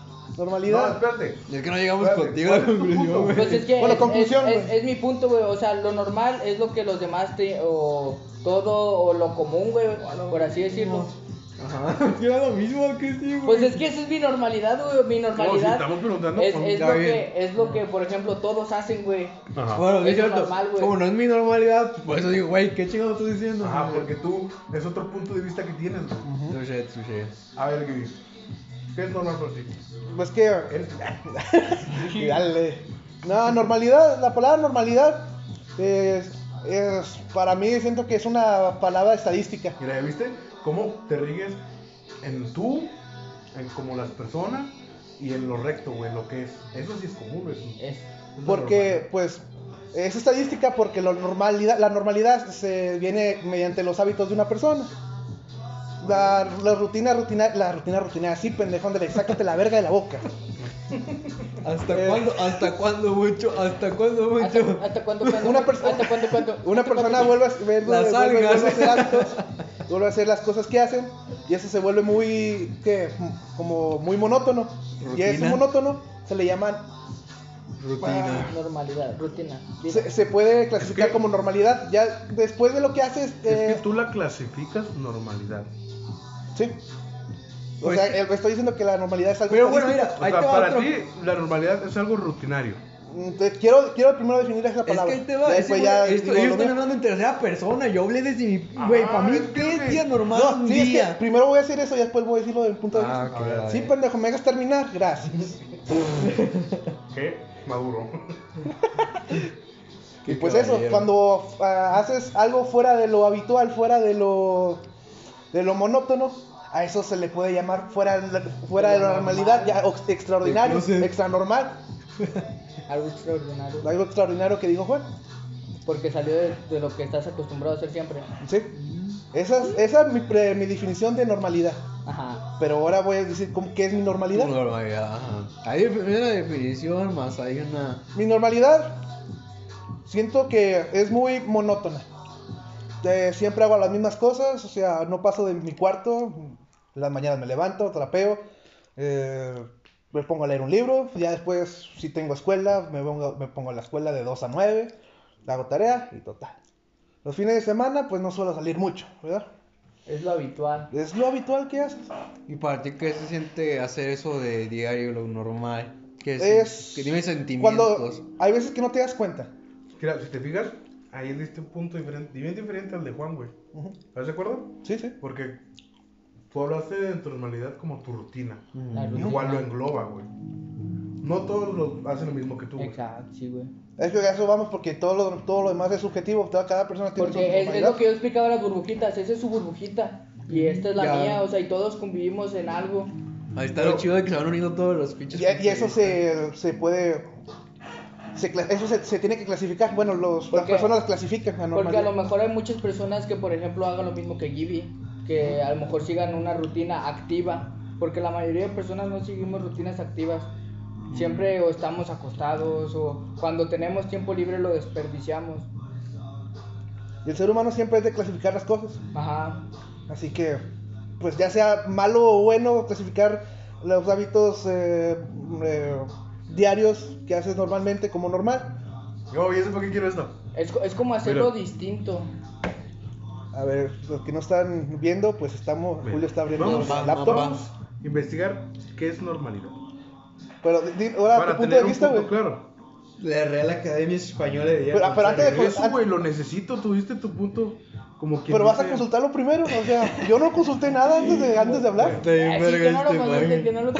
S3: Normalidad.
S4: espérate.
S5: Es que no llegamos
S4: Espérate,
S5: contigo a la
S4: ¿cuál es tu punto,
S5: conclusión, güey.
S1: Pues es que.
S3: Bueno,
S1: es,
S3: conclusión,
S1: Es, es-
S3: güey.
S1: es mi punto, güey. O sea, lo normal es lo que los demás te. O todo, o lo común, güey, por así decirlo.
S5: Ajá, era lo mismo que sí, güey.
S1: Pues es que esa es mi normalidad, güey. Mi
S4: No, sí,
S1: normalidad.
S4: estamos preguntando
S1: es,
S4: por-
S1: es
S5: está
S1: lo
S5: bien.
S1: que, es lo que, por ejemplo, todos hacen, güey.
S4: Ajá.
S5: Ah. Bueno,
S1: Eso
S5: es
S1: es
S5: cierto.
S1: normal, güey.
S5: Como no es mi normalidad, pues por eso digo, güey, ¿qué chingado estás diciendo?
S4: Ajá, Ah, porque tú es otro punto de vista que tienes, güey.
S5: Touché, touché.
S4: A ver, Gaby. ¿Qué es normal para ti?
S3: Pues que. Y dale. No, normalidad, la palabra normalidad es, es- Para mí siento que es una palabra estadística.
S4: Mira, ¿ya ¿viste? ¿Cómo te ríes en tú, en como las personas y en lo recto, güey? Lo que es. Eso sí es común, güey.
S1: Es.
S4: Es lo
S3: Porque, pues, es estadística porque la normalidad, la normalidad se viene mediante los hábitos de una persona. La, la rutina, rutina, la rutina, rutina, así pendejón de sácate la verga de la boca.
S5: ¿Hasta
S3: Eh.
S5: cuándo? ¿Hasta cuándo, mucho? ¿¿Hasta cuándo,
S1: ¿Hasta,
S5: mucho?
S1: hasta cuándo, cuándo?
S3: Pues Una persona-
S1: ¿Hasta cuándo, cuándo?
S3: Una persona vuelve a, vuelve-
S5: Las
S3: vuelve- vuelve a
S5: algas.
S3: hacer actos, vuelve a hacer las cosas que hacen y eso se vuelve muy, que, como muy monótono. Y a eso
S5: Rutina.
S3: monótono se le llaman,
S5: Rutina.
S1: Normalidad, rutina. vida.
S3: se, se puede clasificar
S4: que-
S3: como normalidad. Ya después de lo que haces,
S4: Es
S3: eh,
S4: que tú la clasificas normalidad.
S3: sí. O
S5: Pues-
S3: sea, eh, estoy diciendo que la normalidad es algo.
S5: Pero bueno,
S3: estadístico.
S4: O
S5: mira, ahí
S4: sea,
S5: te va
S4: para
S5: otro.
S4: ti la normalidad es algo rutinario.
S3: Mm, te- quiero, quiero primero definir esa
S5: Es que
S3: palabra.
S5: ahí te va.
S3: Ya
S5: ese
S3: después
S5: güey,
S3: ya
S5: esto-
S3: digo lo
S5: ellos
S3: mío.
S5: están hablando en tercera persona. Yo hablé desde mi.
S4: Ah,
S5: Güey, para mí,
S4: es que-
S5: ¿qué es día normal?
S3: No,
S5: un
S3: sí, es que Ah,
S5: día.
S3: primero voy a decir eso y después voy a decirlo del punto de vista.
S5: Ah,
S4: ok, a ver.
S3: Sí, pendejo, me hagas terminar, gracias.
S4: ¿Qué? Maduro.
S3: Y pues eso, cuando ah, haces algo fuera de lo habitual, fuera de lo de lo monótono, a eso se le puede llamar fuera, de la- fuera de la normalidad, ya ox- extraordinario,
S4: closet.
S3: extra normal.
S1: Algo extraordinario.
S3: Algo extraordinario que dijo Juan.
S1: Porque salió de, de lo que estás acostumbrado a hacer siempre.
S3: Sí. Esa es, esa es mi, pre- mi definición de normalidad.
S1: Ajá.
S3: Pero ahora voy a decir cómo- qué es mi normalidad.
S5: Normalidad, ajá. Hay una definición más, hay una.
S3: Mi normalidad siento que es muy monótona. Eh, siempre hago las mismas cosas, o sea, no paso de mi cuarto. En las mañanas me levanto, trapeo, eh, me pongo a leer un libro. Ya después, si tengo escuela, me pongo, me pongo a la escuela de 2 a 9, hago tarea y total. Los fines de semana, pues no suelo salir mucho, ¿verdad?
S1: Es lo habitual.
S3: Es lo habitual que haces.
S5: ¿Y para ti qué se siente hacer eso de diario, lo normal? ¿Qué
S3: Es.
S5: que tiene sentimientos.
S3: Cuando hay veces que no te das cuenta.
S2: Mira, si te fijas, ahí él
S4: este
S2: diste un punto diferente, bien diferente al de Juan, güey.
S3: Ujú.
S2: ¿Estás de acuerdo?
S3: Sí, sí.
S2: Porque tú hablaste de tu normalidad como tu rutina.
S1: La rutina.
S2: Igual lo engloba, güey. No todos lo hacen lo mismo que tú, güey.
S1: Exacto, sí, güey.
S3: Es que a eso vamos porque todo lo, todo lo demás es subjetivo, toda- cada persona tiene su
S1: Porque es, es
S3: normalidad.
S1: lo que yo explicaba las burbujitas. Esa es su burbujita. Y esta es la
S5: Ya.
S1: mía. O sea, y todos convivimos en algo.
S5: Ahí está lo
S2: Pero-
S5: chido de que se van uniendo todos los pinches.
S3: Y, y eso
S5: puntos de vista.
S3: se, se puede... se cla- eso se, se tiene que clasificar, bueno, los, las
S1: Porque-
S3: personas las clasifican a
S1: Porque a lo
S3: normalidad.
S1: mejor hay muchas personas que, por ejemplo, hagan lo mismo que Gibi, que a lo mejor sigan una rutina activa, porque la mayoría de personas no seguimos rutinas activas. Siempre o estamos acostados o cuando tenemos tiempo libre lo desperdiciamos.
S3: Y el ser humano siempre es de clasificar las cosas,
S1: Ajá.
S3: así que, pues ya sea malo o bueno, clasificar los hábitos eh, eh, diarios que haces normalmente como normal.
S2: Yo, ¿y eso por qué quiero esto?
S1: Es, co- es como hacerlo
S2: Mira.
S1: distinto.
S3: A ver, los que no están viendo, pues estamos,
S2: Mira,
S3: Julio está abriendo
S2: vamos,
S3: la
S5: vamos,
S3: laptop.
S5: vamos.
S2: Investigar qué es normalidad.
S3: Pero di- ahora
S2: Para
S3: tu punto de
S2: tener un
S3: vista,
S2: punto
S3: güey.
S2: claro.
S5: La Real Academia Española de
S3: Pero- pero antes de-
S2: Eso, güey, lo necesito. Tuviste tu punto como que.
S3: Pero vas a consultarlo primero, o sea, yo no consulté nada antes de, antes de hablar.
S5: Está bien
S1: Ay, sí,
S5: verga
S1: que no lo
S5: este
S1: consulten, que
S5: man.
S1: no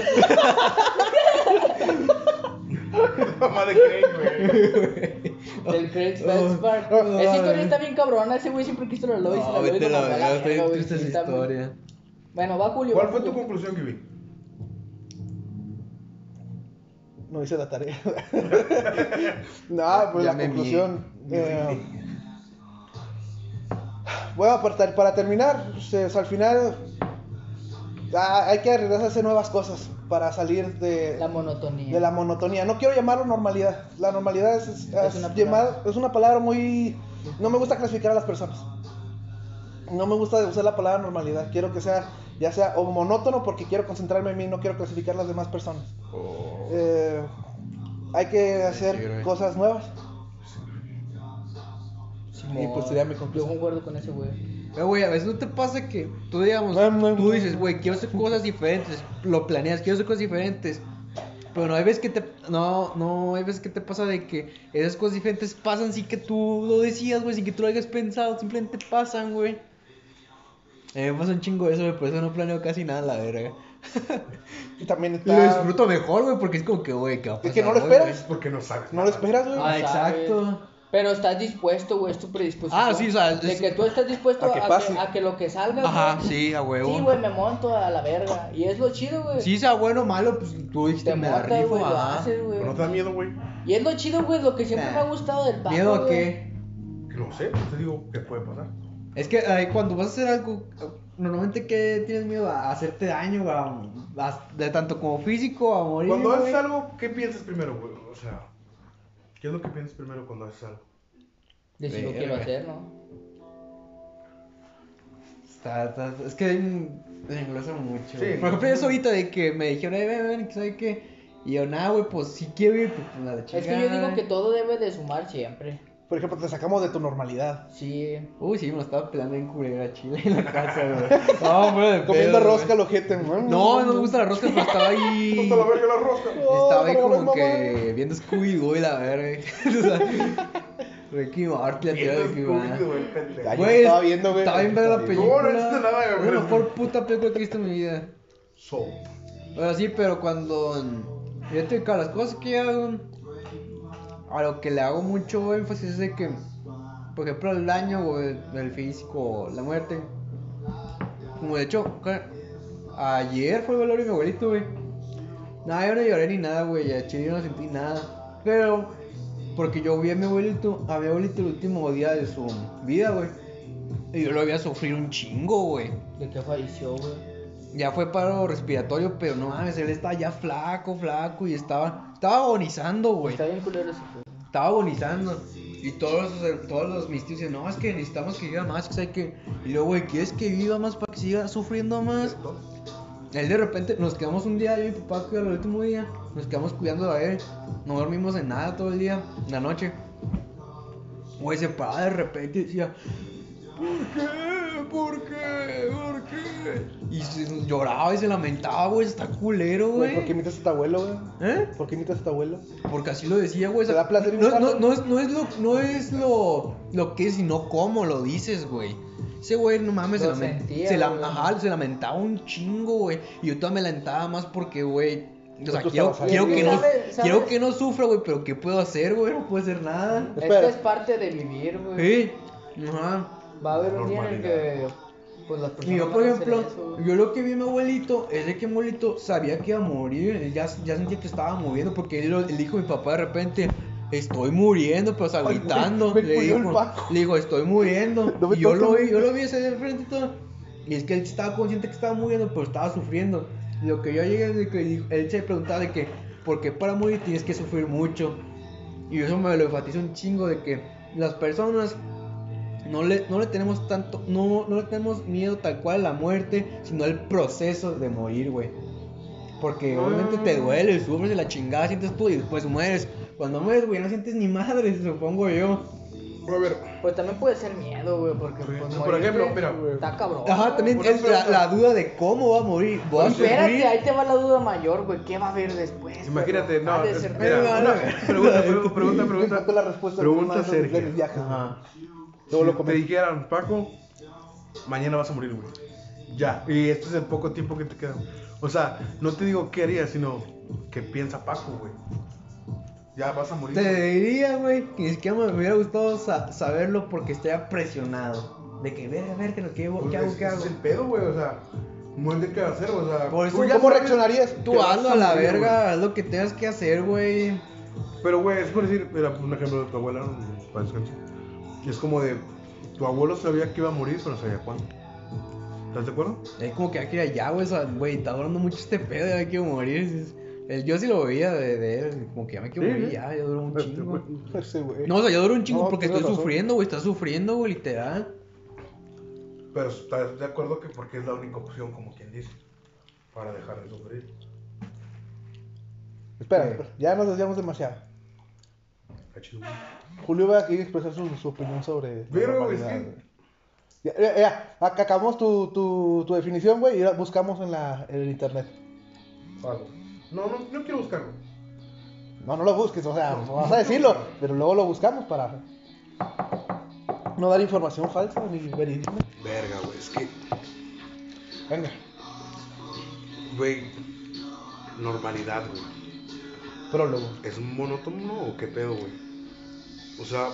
S1: lo
S2: Mamá de Craig, güey.
S1: consulten. Del Craig
S3: Oh,
S1: Spencer.
S5: no,
S1: Esa
S5: no,
S1: historia
S5: no.
S1: está bien cabrona, ese güey siempre quiso la Lois.
S5: No,
S1: la Lois
S5: vete a
S1: lo
S5: la
S1: mandó a la
S5: verga, está bien
S1: verga, güey,
S5: triste esa
S1: sí, está muy-
S5: historia.
S1: Bueno, va Julio.
S2: ¿Cuál
S1: va
S2: fue tu
S1: Julio.
S2: conclusión, Gibi?
S3: No hice la tarea. no, pues
S5: Ya
S3: la
S5: me mié.
S3: conclusión. eh, bueno, para, ter- para terminar, pues, al final ah, hay que arriesgarse a hacer nuevas cosas para salir de,
S1: La monotonía.
S3: de la monotonía. No quiero llamarlo normalidad. La normalidad es, es-
S1: Es una
S3: llamada- es una palabra muy... No me gusta clasificar a las personas. No me gusta usar la palabra normalidad. Quiero que sea, ya sea o monótono porque quiero concentrarme en mí, no quiero clasificar a las demás personas. Eh, hay que hacer
S5: Oh. güey.
S3: cosas nuevas. Y
S1: Simón.
S3: pues sería mi
S1: Yo
S3: conclusión.
S1: concuerdo con ese güey.
S5: Pero, Eh, güey, a veces no te pasa que tú, digamos,
S3: No, no,
S5: tú
S3: no.
S5: dices, güey, quiero hacer cosas diferentes, lo planeas, quiero hacer cosas diferentes. Pero no hay veces que te. No, no, hay veces que te pasa de que esas cosas diferentes pasan sin que tú lo decías, güey, sin que tú lo hayas pensado, simplemente pasan, güey. A mí me pasa un chingo eso, güey, por eso no planeo casi nada, la verga.
S3: Y también
S5: Y lo
S3: está...
S5: disfruto mejor, güey, porque es como que, güey, ¿qué va a
S3: Es que
S5: pasar
S3: no lo
S5: hoy,
S3: esperas.
S2: Es porque no sabes.
S3: No lo esperas, güey.
S5: Ah, exacto.
S1: ¿sabes? Pero estás dispuesto, güey, es tu predisposición.
S5: Ah, sí, o sea,
S1: De
S5: es-
S1: que tú estás dispuesto
S3: a
S1: a
S3: que
S1: que,
S3: pase.
S1: a que lo que salga,
S5: güey?
S1: güey.
S5: Ajá, sí, a huevo.
S1: Sí, güey, me monto a la verga. Y es lo chido, güey.
S5: Sí, sea bueno o malo, pues tú dijiste,
S1: te
S5: me la
S1: montas,
S5: rifo,
S1: güey, lo
S5: ajá.
S1: haces, güey.
S2: Pero no te da miedo, güey.
S1: Y es lo chido, güey, lo que siempre
S5: Nah.
S1: me ha gustado del pato,
S5: ¿Miedo a
S1: güey.
S5: qué?
S2: Que no sé, te digo que puede pasar.
S5: Es que ay, cuando vas a hacer algo, normalmente que tienes miedo a hacerte daño, a, a- de tanto como físico, a morir.
S2: Cuando haces
S5: güey.
S2: algo, ¿qué piensas primero, güey? O sea, ¿qué es lo que piensas primero cuando haces algo?
S1: De si lo
S5: Verga.
S1: quiero hacer, ¿no?
S5: Está- está- es que mm, me engrosa mucho.
S2: Sí.
S5: güey. Por ejemplo, eso ahorita de que me dijeron, "Ey, ven, ven, que sabe qué. Y yo, nah, güey, pues si quiero ir, pues pues, la de
S1: Es que yo digo que todo debe de sumar siempre.
S3: Por ejemplo, te sacamos de tu normalidad.
S1: Sí.
S5: Uy, sí, me lo estaba pelando en culera chile en la casa, güey. No, fuera de
S3: Comiendo
S5: pedo,
S3: rosca,
S5: güey.
S3: lo ojete. mm.
S5: No, no me gusta la rosca, pero estaba ahí.
S2: ¡Hasta la verga la rosca!
S5: Estaba ahí
S3: pero
S5: como
S3: ves, mamá.
S5: que viendo Scooby-Doo y la verga. O sea, Ricky Martin, la tía de Ricky Martin.
S2: güey, pendejo.
S3: Ay, yo
S5: Güey,
S3: estaba viendo, güey.
S5: Estaba bien ver la
S3: No,
S5: película.
S2: no hiciste nada, güey,
S5: Fue la
S2: pero-
S5: mejor puta película que he visto en mi vida.
S2: So,
S5: Ahora sí, pero cuando. mm, Fíjate que a las cosas que hago. A lo que le hago mucho énfasis es de que. Por ejemplo, el daño, güey, el físico, la muerte. Como de hecho, ca- Ayer fue el valor de mi abuelito, güey. Nada, yo no lloré ni nada, güey. A Chile yo no sentí nada. Pero, porque yo vi a mi abuelito, a mi abuelito el último día de su vida, güey. Y yo lo había sufrido un chingo, güey.
S1: ¿De qué falleció, güey?
S5: Ya fue paro respiratorio, pero no mames, él estaba ya flaco, flaco y estaba, estaba agonizando, güey.
S1: Está bien culero ese pedo.
S5: Estaba agonizando. Y todos, los- eh, todos los mis tíos dicen, no, es que necesitamos que viva más, que hay que... Y luego, güey, ¿quieres que viva más para que siga sufriendo más? Él de repente, nos quedamos un día, yo y mi papá cuidando el último día, nos quedamos cuidando a él, no dormimos en nada todo el día, en la noche. Güey, se paraba de repente y decía, ¿por qué? ¿Por qué? ¿Por qué? Y se- lloraba y se lamentaba, güey, está culero,
S3: Güey,
S5: güey.
S3: ¿por qué imitas a tu abuelo, güey?
S5: ¿Eh?
S3: ¿Por qué imitas a tu abuelo?
S5: Porque así lo decía, güey.
S3: ¿Te da placer
S5: no,
S3: imitarlo?
S5: no, no es, no es, lo, no es lo, lo que es, sino cómo lo dices, güey. Ese güey, no mames, se,
S1: Lo
S5: lamen-
S1: sentía,
S5: se, la-
S1: güey.
S5: ajá, se lamentaba un chingo, güey. Y yo todavía me lamentaba más porque, güey. O sea,
S3: Tú
S5: quiero,
S3: estabas ahí.
S5: quiero, que no,
S1: ¿Sabe- sabe?
S5: quiero que no sufra, güey, pero ¿qué puedo hacer, güey? No puedo hacer nada.
S1: Es
S3: Espera.
S1: que es parte de vivir, güey.
S5: Sí, ajá.
S1: Va a haber un día en el que. Pues las
S5: Y
S1: personas.
S5: yo, por
S1: van a hacer
S5: ejemplo,
S1: eso, güey.
S5: yo lo que vi a mi abuelito es de que mi abuelito sabía que iba a morir, él ya, ya sentía que estaba muriendo, porque él, lo- él dijo a mi papá de repente, estoy muriendo, pero o sea,
S3: güey,
S5: gritando.
S3: me
S5: le,
S3: murió el
S5: dijo,
S3: Paco.
S5: le dijo, estoy muriendo.
S3: No me
S5: y yo lo,
S3: toques.
S5: vi, yo lo vi ese de frente y todo. Y es que él estaba consciente que estaba muriendo, pero estaba sufriendo. Lo que yo llegué es de que dijo- él se preguntaba de que, ¿por qué para morir tienes que sufrir mucho? Y eso me lo enfatiza un chingo de que las personas no le, no le tenemos tanto, no, no le tenemos miedo tal cual a la muerte, sino al proceso de morir, güey. Porque obviamente te duele, sufres de la chingada, sientes tú y después mueres. Cuando mueres, güey, no sientes ni madre, supongo yo.
S4: A ver,
S1: Pues también puede ser miedo, güey, porque pues,
S4: Por
S1: morirte
S4: ejemplo, mira.
S1: Está cabrón. Pues,
S5: Ajá, también
S4: Una
S5: es la,
S4: pregunta.
S5: la duda de cómo va a morir. ¿Voy a
S1: Espérate,
S5: sufrir?
S1: ahí te va la duda mayor, güey. ¿Qué va a haber después? güey?
S4: imagínate,
S1: Ha
S4: no,
S1: de
S4: es-
S1: ser-
S4: mira,
S5: Pero,
S4: una pregunta,
S5: pero-
S4: pregunta, pregunta,
S3: Me encantó
S4: pregunta.
S3: la respuesta de uno de
S4: Pregunta
S3: esos grandes
S4: Sergio.
S3: viajes, güey.
S5: Ajá.
S3: Luego lo
S4: Si te
S3: comento.
S4: dijeran, Paco, mañana vas a morir, güey. Ya, y este es el poco tiempo que te queda. O sea, no te digo qué harías, sino qué piensa Paco, güey. Ya vas a morir.
S5: Te
S4: güey.
S5: diría, güey, que ni siquiera me hubiera gustado sa- saberlo porque estaría presionado. De que, ver, a ver, que lo que hago,
S4: Pues
S5: ¿qué
S4: es-
S5: hago, qué
S4: ese
S5: hago?
S4: es el pedo, güey, o sea, no es de qué hacer, o sea.
S5: Por
S4: tú
S5: eso,
S4: ya
S3: ¿Cómo
S4: sabes-
S3: reaccionarías?
S5: Tú
S4: te vas
S5: hazlo
S4: a
S5: a la
S4: morir,
S5: verga, haz lo que tengas que hacer, güey.
S4: Pero, güey, es por decir, mira, un ejemplo de tu abuela, mm, para descansar. Es como de, tu abuelo sabía que iba a morir, pero no sabía cuándo. ¿Estás de acuerdo?
S5: Es como que aquí allá, güey, o sea, güey, está durando mucho este pedo, ya quiero morir. Es- el- yo sí lo veía de, de él, como que ya me quiero
S4: Sí,
S5: morir,
S4: sí.
S5: ya, yo duro un chingo.
S4: pues.
S3: Ese, güey.
S5: No, o sea, yo duro un chingo
S3: No,
S5: porque
S3: tienes
S5: estoy
S3: razón.
S5: sufriendo, güey, está sufriendo, güey, literal.
S4: Pero estás de acuerdo que porque es la única opción, como quien dice, para dejar de sufrir.
S3: Espera, espera, ya nos desviamos demasiado.
S4: Está chido, güey.
S3: Julio va a querer expresar su, su opinión sobre. la
S4: Pero, güey, es
S3: normalidad,
S4: que-
S3: güey. Ya, ya, ya, ac- acabamos tu, tu, tu definición, güey, y la buscamos en, la, en el internet.
S4: Pago. No, no, no quiero buscarlo.
S3: No, no lo busques, o sea, vas a decirlo, pero luego lo buscamos para no dar información falsa ni verídica.
S8: Verga, güey. Es que,
S3: Venga,
S8: güey. Normalidad, güey.
S3: prólogo.
S8: ¿Es monótono o qué pedo, güey? O sea.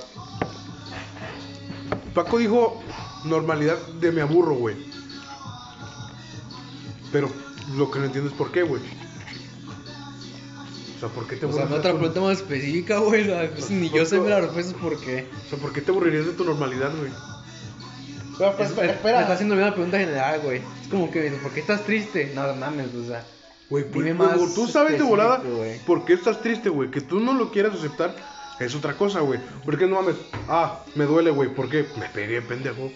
S4: Paco dijo normalidad de me aburro, güey. Pero lo que no entiendo es por qué, güey. O sea, ¿por qué te
S5: O sea,
S4: aburres
S5: no
S4: de
S5: otra
S4: tu-
S5: pregunta más específica, güey, o sea, pues, ni yo sé la respuesta es por qué.
S4: O sea, ¿por qué te aburrirías de tu normalidad, güey?
S3: Pero, pues,
S5: Es-
S3: espera,
S5: Me está
S3: espera.
S5: haciendo la misma pregunta general, güey. Es como que, ¿por qué estás triste? No, no mames, o sea.
S4: Güey, pues,
S5: Dime
S4: güey,
S5: más
S4: tú sabes de volada
S5: específico, güey.
S4: por qué estás triste, güey. Que tú no lo quieras aceptar es otra cosa, güey. Porque no mames, ah, me duele, güey. ¿Por qué? Me pegué, pendejo.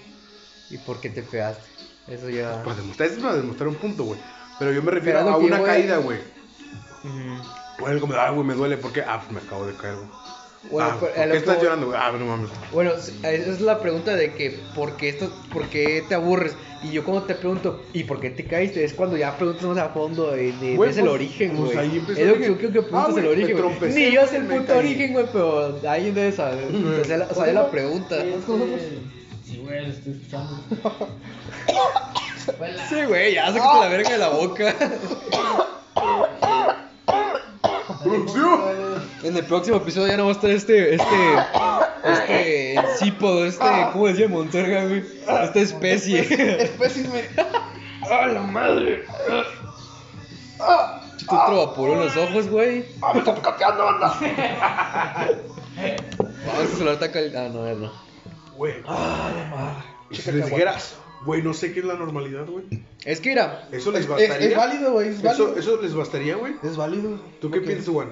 S5: ¿Y por qué te pegaste? Eso ya.
S4: Para demostrar, es para demostrar un punto, güey. Pero yo me refiero
S5: Pero es
S4: a
S5: lo que
S4: una
S5: yo, güey.
S4: caída, güey.
S5: Ujú.
S4: Bueno, como, ah, güey, me duele porque, ah, pues, me acabo de caer, güey.
S5: Bueno,
S4: ah,
S5: pero-
S4: ¿por
S5: a lo
S4: qué
S5: que
S4: estás
S5: voy-
S4: llorando, güey? Ah, no mames.
S5: Bueno, esa es la pregunta de que ¿por qué, esto, ¿por qué te aburres? Y yo cuando te pregunto ¿y por qué te caíste? Es cuando ya preguntas más a fondo de, de-
S4: Güey,
S5: ves el
S4: pues,
S5: origen,
S4: pues
S5: güey.
S4: ahí empieza
S5: es lo
S4: el
S5: que
S4: origen.
S5: yo creo que
S4: Ah,
S5: preguntas
S4: güey,
S5: el
S4: me
S5: origen, güey.
S4: tropecé,
S5: Ni yo sé el
S4: me
S5: puto
S4: caí. Pues,
S5: origen, güey, pero ahí debes saber. O sea, la, o sea, la pregunta.
S1: Este- Sí, güey, lo estoy escuchando. Hola.
S5: Sí, güey, ya sácate la verga de la boca. En el próximo episodio ya no va a estar este, este, este,
S3: pues,
S5: encipo, este, ¿cómo decía Monterga, güey? Esta especie.
S3: Espécime.
S5: ¡Ah, la madre! Yo te otro vapor en los ojos, güey. ¡Ah, me está picoteando, anda! Vamos a celular está cal... Ah, no, no.
S4: Güey. Y si les dijera, güey, no sé qué es la normalidad, güey.
S5: Es que mira,
S4: Eso les
S3: Es, es-
S4: bastaría.
S3: es válido, güey. Es válido.
S4: Eso, eso les bastaría, güey.
S3: Es válido.
S4: ¿Tú qué
S3: Ok.
S4: piensas, Juan?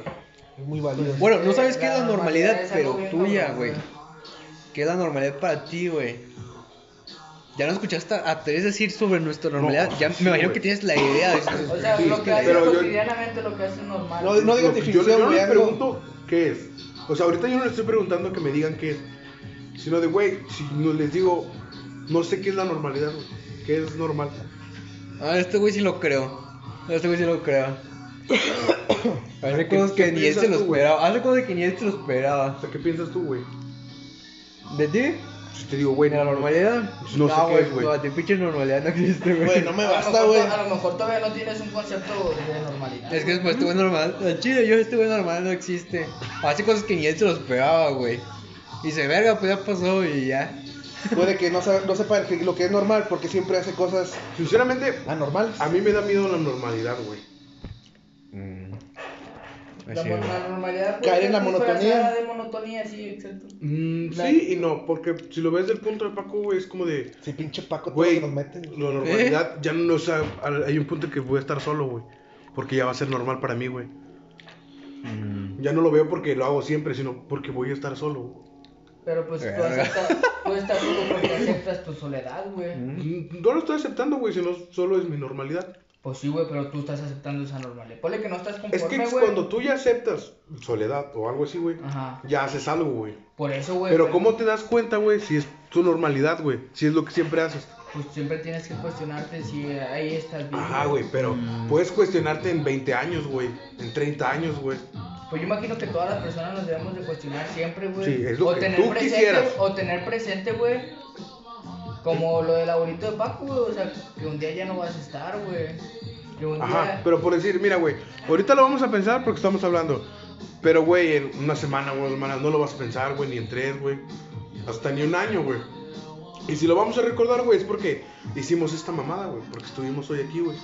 S3: Es muy válido.
S5: bueno, no sabes qué es la
S1: La
S5: normalidad,
S1: normalidad es
S5: pero
S1: algo bien
S5: tuya,
S1: cabrón,
S5: güey.
S1: güey.
S5: ¿Qué es la normalidad para ti, güey? Ya no escuchaste a a tres decir sobre nuestra normalidad.
S4: pues,
S5: ya
S4: sí,
S5: me imagino
S4: güey.
S5: que tienes la idea de esto.
S1: O sea,
S4: Sí,
S1: lo que hace
S4: pero yo-
S1: cotidianamente lo que hace normal.
S3: No, no digas
S4: Lo que yo,
S3: definición,
S4: yo no
S3: güey.
S4: les
S3: algo.
S4: pregunto qué es. O sea, ahorita yo no les estoy preguntando que me digan qué es. Sino de, güey, si no les digo, no sé qué es la normalidad, güey. ¿Qué es normal?
S5: Ah, este güey sí lo creo. Este güey sí lo creo. Hace
S4: ¿Qué-
S5: cosas
S4: qué
S5: que ni él
S4: piensas
S5: se lo
S4: tú, güey?
S5: esperaba. Hace cosas que ni él se lo
S4: O
S5: esperaba.
S4: sea, ¿qué piensas tú, güey?
S5: ¿De ti?
S4: Si te digo, güey,
S5: ¿De la normalidad? ah,
S4: No sé qué
S5: güey,
S4: es, güey.
S5: No, de pinche normalidad no existe, güey.
S3: Güey, no me
S1: A lo
S3: basta,
S1: mejor
S3: güey.
S1: to- A lo mejor todavía no tienes un concepto de normalidad.
S5: Es que pues este güey normal, al chile yo este güey normal no existe. Hace cosas que ni él se los esperaba, güey. Y Dice, verga, pues ya pasó y ya.
S3: Puede que no, sa- no sepa que lo que es normal porque siempre hace cosas
S4: Sinceramente,
S3: anormales.
S4: a mí me da miedo la normalidad, güey.
S1: La,
S5: Así,
S1: mon-
S5: güey.
S1: la normalidad. puede
S3: Caer en
S1: ser
S3: la
S1: disfrazada
S3: monotonía.
S1: de monotonía, sí, exacto.
S4: Mm,
S1: La-
S4: sí y no, porque si lo ves del punto de Paco, güey, es como de,
S3: Sí, pinche Paco, todo lo
S4: güey,
S3: que nos meten.
S4: la normalidad ya no, o sea, al- hay un punto que voy a estar solo, güey, porque ya va a ser normal para mí, güey. Ya no lo veo porque lo hago siempre, sino porque voy a estar solo. güey.
S1: Pero pues tú
S5: Verga.
S1: aceptas, tú estás solo porque aceptas tu soledad, güey.
S4: Mm, No lo estoy aceptando, güey, sino solo es mi normalidad.
S1: Pues sí, güey, pero tú estás aceptando esa normalidad. Ponle que no estás
S4: Es que
S1: conforme, güey.
S4: cuando tú ya aceptas soledad o algo así, güey,
S1: Ajá.
S4: ya haces algo, güey.
S1: Por eso, güey.
S4: Pero ¿cómo te das cuenta, güey, si es tu normalidad, güey? Si es lo que siempre haces.
S1: Pues siempre tienes que cuestionarte si ahí estás bien.
S4: Ajá, güey, pero puedes cuestionarte en 20 años, güey, en 30 años, güey.
S1: Pues yo imagino que todas las personas nos debemos de cuestionar siempre, güey.
S4: Sí, es lo
S1: o
S4: que
S1: tener
S4: tú
S1: presente,
S4: quisieras.
S1: O tener presente, güey. Como lo del abuelito de Paco, güey. O sea, que un día ya no vas a estar, güey. Que un
S4: Ajá,
S1: día.
S4: pero por decir, mira, güey, ahorita lo vamos a pensar porque estamos hablando. Pero, güey, en una semana, güey, dos semanas, no lo vas a pensar, güey, ni en tres, güey. Hasta ni un año, güey. Y si lo vamos a recordar, güey, es porque hicimos esta mamada, güey, porque estuvimos hoy aquí, güey.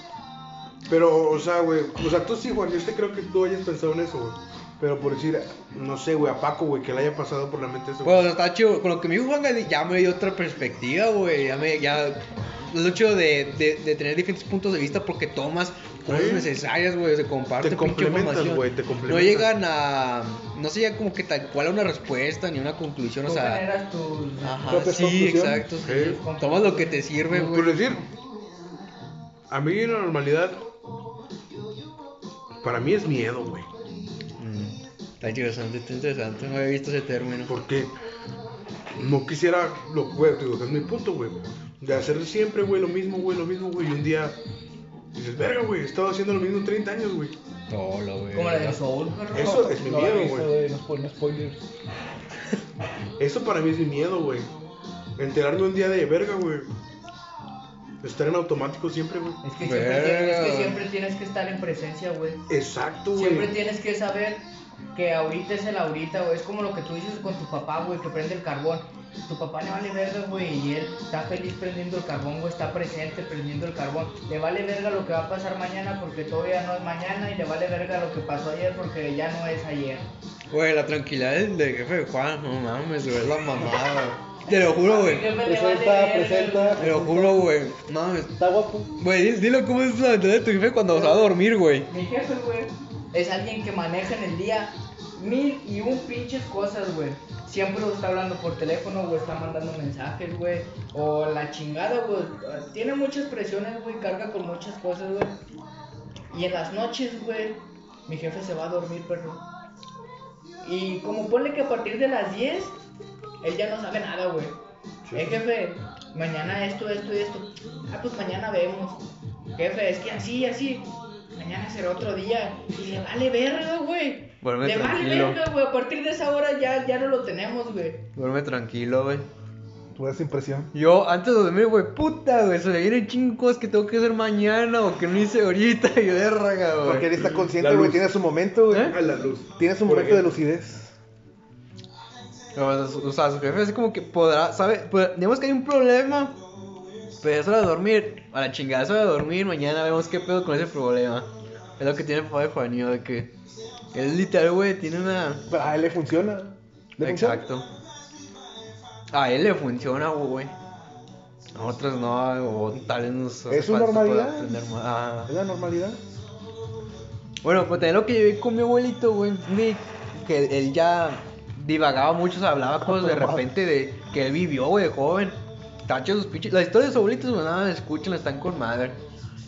S4: Pero, o sea, güey, o sea, tú sí, Juan, yo te creo que tú hayas pensado en eso, güey. Pero por decir, no sé, güey, a Paco, güey, que le haya pasado por la mente eso.
S5: Pues, Bueno,
S4: güey.
S5: está chido. Con lo que me dijo Juan Gali, ya me dio otra perspectiva, güey. Ya me. Ya... El hecho de, de, de tener diferentes puntos de vista porque tomas cosas
S4: Sí.
S5: necesarias, güey. Se comparte
S4: Te
S5: pinche
S4: complementas,
S5: información.
S4: güey, te
S5: No
S4: complementas.
S5: llegan a. No se llega como que tal cual a una respuesta ni una conclusión,
S1: tú
S5: o sea.
S1: generas tus.
S5: Ajá,
S3: propias
S5: sí,
S3: conclusiones.
S5: exacto. sí.
S4: Sí.
S5: Tomas lo que te sirve,
S4: Por
S5: güey.
S4: decir, a mí la normalidad, para mí es miedo, güey.
S5: Mm, Está interesante, está interesante. No había visto ese término.
S4: Porque no quisiera, lo, güey, te digo, que es mi punto, güey. De hacer siempre, güey, lo mismo, güey, lo mismo, güey. Y un día dices, verga, güey, he estado haciendo lo mismo 30 años, güey.
S5: Todo, lo, güey.
S1: Como la de Soul, perro.
S4: Eso es mi
S3: No,
S4: miedo,
S3: eso,
S4: güey.
S3: No spoilers, spoilers.
S4: Eso para mí es mi miedo, güey. Enterarme un día de verga, güey. Estar en automático siempre, güey.
S1: Es que, siempre
S5: Verga,
S1: tienes, es que
S5: güey.
S1: siempre tienes que estar en presencia, güey.
S4: Exacto, güey.
S1: Siempre tienes que saber que ahorita es el ahorita, güey. Es como lo que tú dices con tu papá, güey, que prende el carbón. Tu papá le vale verga, güey, y él está feliz prendiendo el carbón, güey, está presente prendiendo el carbón. Le vale verga lo que va a pasar mañana porque todavía no es mañana y le vale verga lo que pasó ayer porque ya no es ayer.
S5: Güey, la tranquilidad del del jefe de Juan, no mames, güey, es la mamada. güey. Te lo juro, güey.
S1: Siempre le vale
S3: Presenta,
S1: verga,
S3: presenta.
S5: Te lo juro, güey. No mames.
S3: Está guapo.
S5: Güey, di- dilo cómo es la mentalidad de tu jefe cuando se va a dormir, güey.
S1: Mi jefe, güey, es alguien que maneja en el día mil y un pinches cosas, güey. Siempre o está hablando por teléfono, o está mandando mensajes, güey. O la chingada, güey. Tiene muchas presiones, güey. Carga con muchas cosas, güey. Y en las noches, güey, mi jefe se va a dormir, perro. Y como ponle que a partir de las 10, él ya no sabe nada, güey. Eh, jefe, mañana esto, esto y esto. Ah, pues mañana vemos. Jefe, es que así, así. Mañana será otro día. Y le vale verga, güey.
S5: Duerme
S1: le
S5: tranquilo.
S1: vale verga, güey. A partir de esa hora ya, ya no lo tenemos, güey.
S5: Duerme tranquilo, güey.
S3: Tú das impresión.
S5: Yo, antes de dormir, güey, puta, güey, se me vienen chingos que tengo que hacer mañana o que no hice ahorita, y verga, güey.
S3: Porque él está consciente,
S4: La
S3: güey.
S4: luz.
S3: Tiene su momento, güey.
S5: ¿Eh?
S4: A la luz.
S3: Tiene su
S4: Por
S3: momento de
S4: ejemplo.
S3: lucidez.
S5: O sea, su- o sea, su jefe es como que podrá, ¿sabe? Pues, digamos que hay un problema Pero eso de dormir, a la chingada, eso de dormir, mañana vemos qué pedo con ese problema. Es lo que tiene el papá de Juanillo, de que él literal, güey, tiene una...
S3: Pero a él le funciona. ¿Le
S5: Exacto. A él le funciona, güey. A otros no, o tal vez nos hace
S3: Es su
S5: falta
S3: normalidad.
S5: poder aprender más. Ah.
S3: funciona? Es la normalidad.
S5: Bueno, pues también lo que yo vi con mi abuelito, güey, vi que él- él ya divagaba mucho, o sea, hablaba cosas de repente de que él vivió, güey, de joven. Tacho sus pinches. Las historias de sus abuelitos, güey, nada, escuchen, están con madre.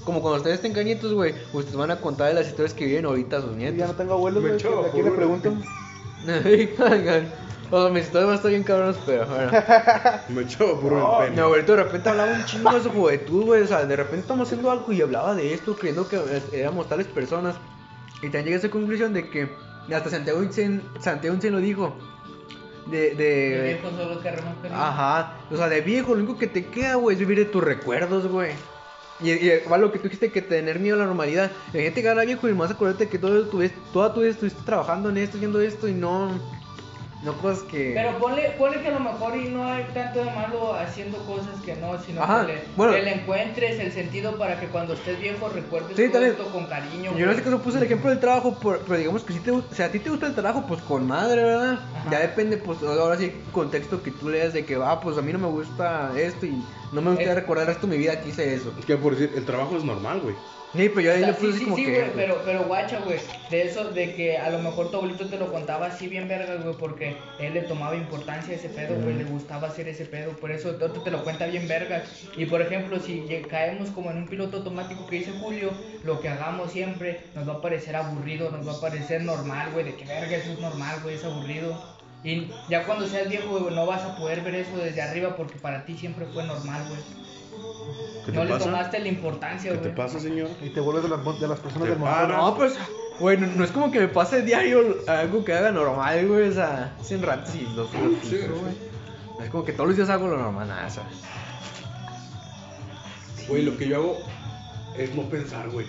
S5: Como cuando ustedes tengan nietos, güey, ustedes van a contar de las historias que viven ahorita a sus
S3: Yo Ya
S5: nietos.
S3: no tengo abuelos,
S2: Me
S3: güey.
S2: echaba
S3: ¿A quién le
S2: por una.
S3: pregunto?
S5: o sea, pues, mis historias van a estar bien cabronas, pero bueno.
S4: Me echaba por el pene.
S5: Mi abuelito de repente hablaba un chingo de su juventud, güey. O sea, de repente estamos haciendo algo y hablaba de esto, creyendo que eh, éramos tales personas. Y también llegué a esa conclusión de que hasta Santiago Insen, Santiago Insen lo dijo.
S1: De
S5: De, de.
S1: viejos son los que reman peligro.
S5: Eh, Ajá. O sea, de viejo, lo único que te queda, güey, es vivir de tus recuerdos, güey. Y, y va lo que tú dijiste, que tener miedo a la normalidad. La gente que era viejo y más acuérdate que todo tu, vez- toda tu vida estuviste trabajando en esto, haciendo esto y no. No cosas que.
S1: Pero ponle, ponle que a lo mejor y no hay tanto de malo haciendo cosas que no, sino
S5: Ajá,
S1: que, le,
S5: bueno.
S1: que le encuentres el sentido para que cuando estés viejo recuerdes
S5: Sí,
S1: todo
S5: también.
S1: esto con cariño.
S5: Yo en
S1: güey.
S5: este caso puse el ejemplo del trabajo, por- pero digamos que si, te, gu- o sea, a ti te gusta el trabajo, pues con madre, ¿verdad?
S1: Ajá.
S5: Ya depende, pues ahora sí, el contexto que tú leas de que, ah, pues a mí no me gusta esto y no me gustaría
S1: Es-
S5: recordar esto de mi vida que hice eso.
S4: Es que por decir, el trabajo es normal, güey.
S5: Sí, pero yo
S1: O
S5: ahí
S1: sea,
S5: le puse
S1: sí,
S5: así
S1: sí,
S5: como
S1: sí,
S5: que.
S1: güey, pero, pero guacha, güey, de eso, de que a lo mejor tu abuelito te lo contaba así bien vergas, güey, porque él le tomaba importancia a ese pedo, güey, le gustaba hacer ese pedo, por eso otro te lo cuenta bien vergas. Y por ejemplo, si lle- caemos como en un piloto automático que dice Julio, lo que hagamos siempre nos va a parecer aburrido, nos va a parecer normal, güey, de que verga, eso es normal, güey, es aburrido. Y ya cuando seas viejo, güey, no vas a poder ver eso desde arriba porque para ti siempre fue normal, güey.
S4: ¿Qué
S1: No
S4: te
S1: le
S4: pasa?
S1: tomaste la importancia,
S4: ¿Qué
S1: güey.
S4: te pasa, señor?
S3: Y te vuelves de las, mon- de las personas
S4: Te
S3: del montón.
S5: Ah,
S4: Ahora-
S5: no, pues, güey, no, no es como que me pase diario algo que haga normal, güey, o sea, sin ratos y los los
S4: Sí,
S5: piso,
S4: sí.
S5: güey. No Es como que todos los días hago lo normal, nada, o sea.
S4: Güey, lo que yo hago es no pensar, güey.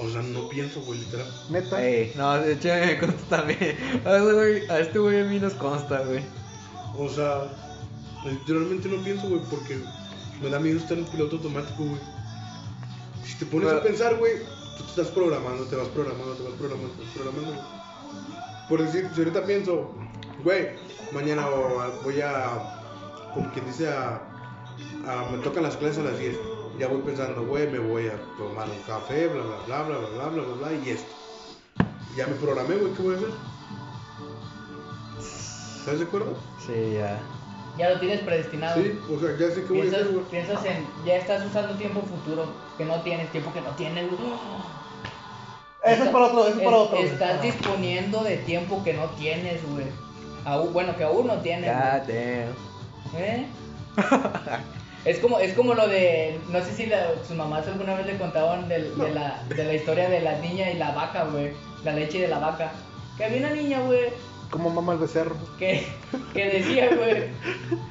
S4: O sea, no pienso, güey, literal.
S3: Neta.
S5: Ey, no, de hecho, me consta también. A ese güey- a este güey a mí nos consta, güey.
S4: O sea, literalmente no pienso, güey, porque me da miedo estar en piloto automático, güey. Si te pones
S5: Pero-
S4: a pensar, güey, tú te estás programando, te vas programando, te vas programando, te vas programando, güey. Por decir, si ahorita pienso, güey, mañana o a- voy a, como quien dice, a, a- me tocan las clases a las 10. Ya voy pensando, güey, me voy a tomar un café, bla, bla, bla, bla, bla, bla, bla, bla, y esto. Ya me programé, güey, ¿qué voy a hacer? ¿Estás de acuerdo?
S5: Sí, ya.
S1: Ya lo tienes predestinado.
S4: Sí, o sea, ya sé que voy a
S1: Piensas,
S4: hacer, güey.
S1: piensas en, ya estás usando tiempo futuro, que no tienes, tiempo que no tienes. güey.
S3: Eso es para otro, eso es para otro. güey.
S1: Estás disponiendo de tiempo que no tienes, güey. Aún- bueno, que aún no tienes.
S5: God damn.
S1: güey. ¿Eh? Es como, es como lo de, no sé si la- sus mamás alguna vez le contaban del- de, la, de la historia de la niña y la vaca, güey. La leche de la vaca. Que había una niña, güey,
S3: Como mama el becerro.
S1: que, que decía, güey,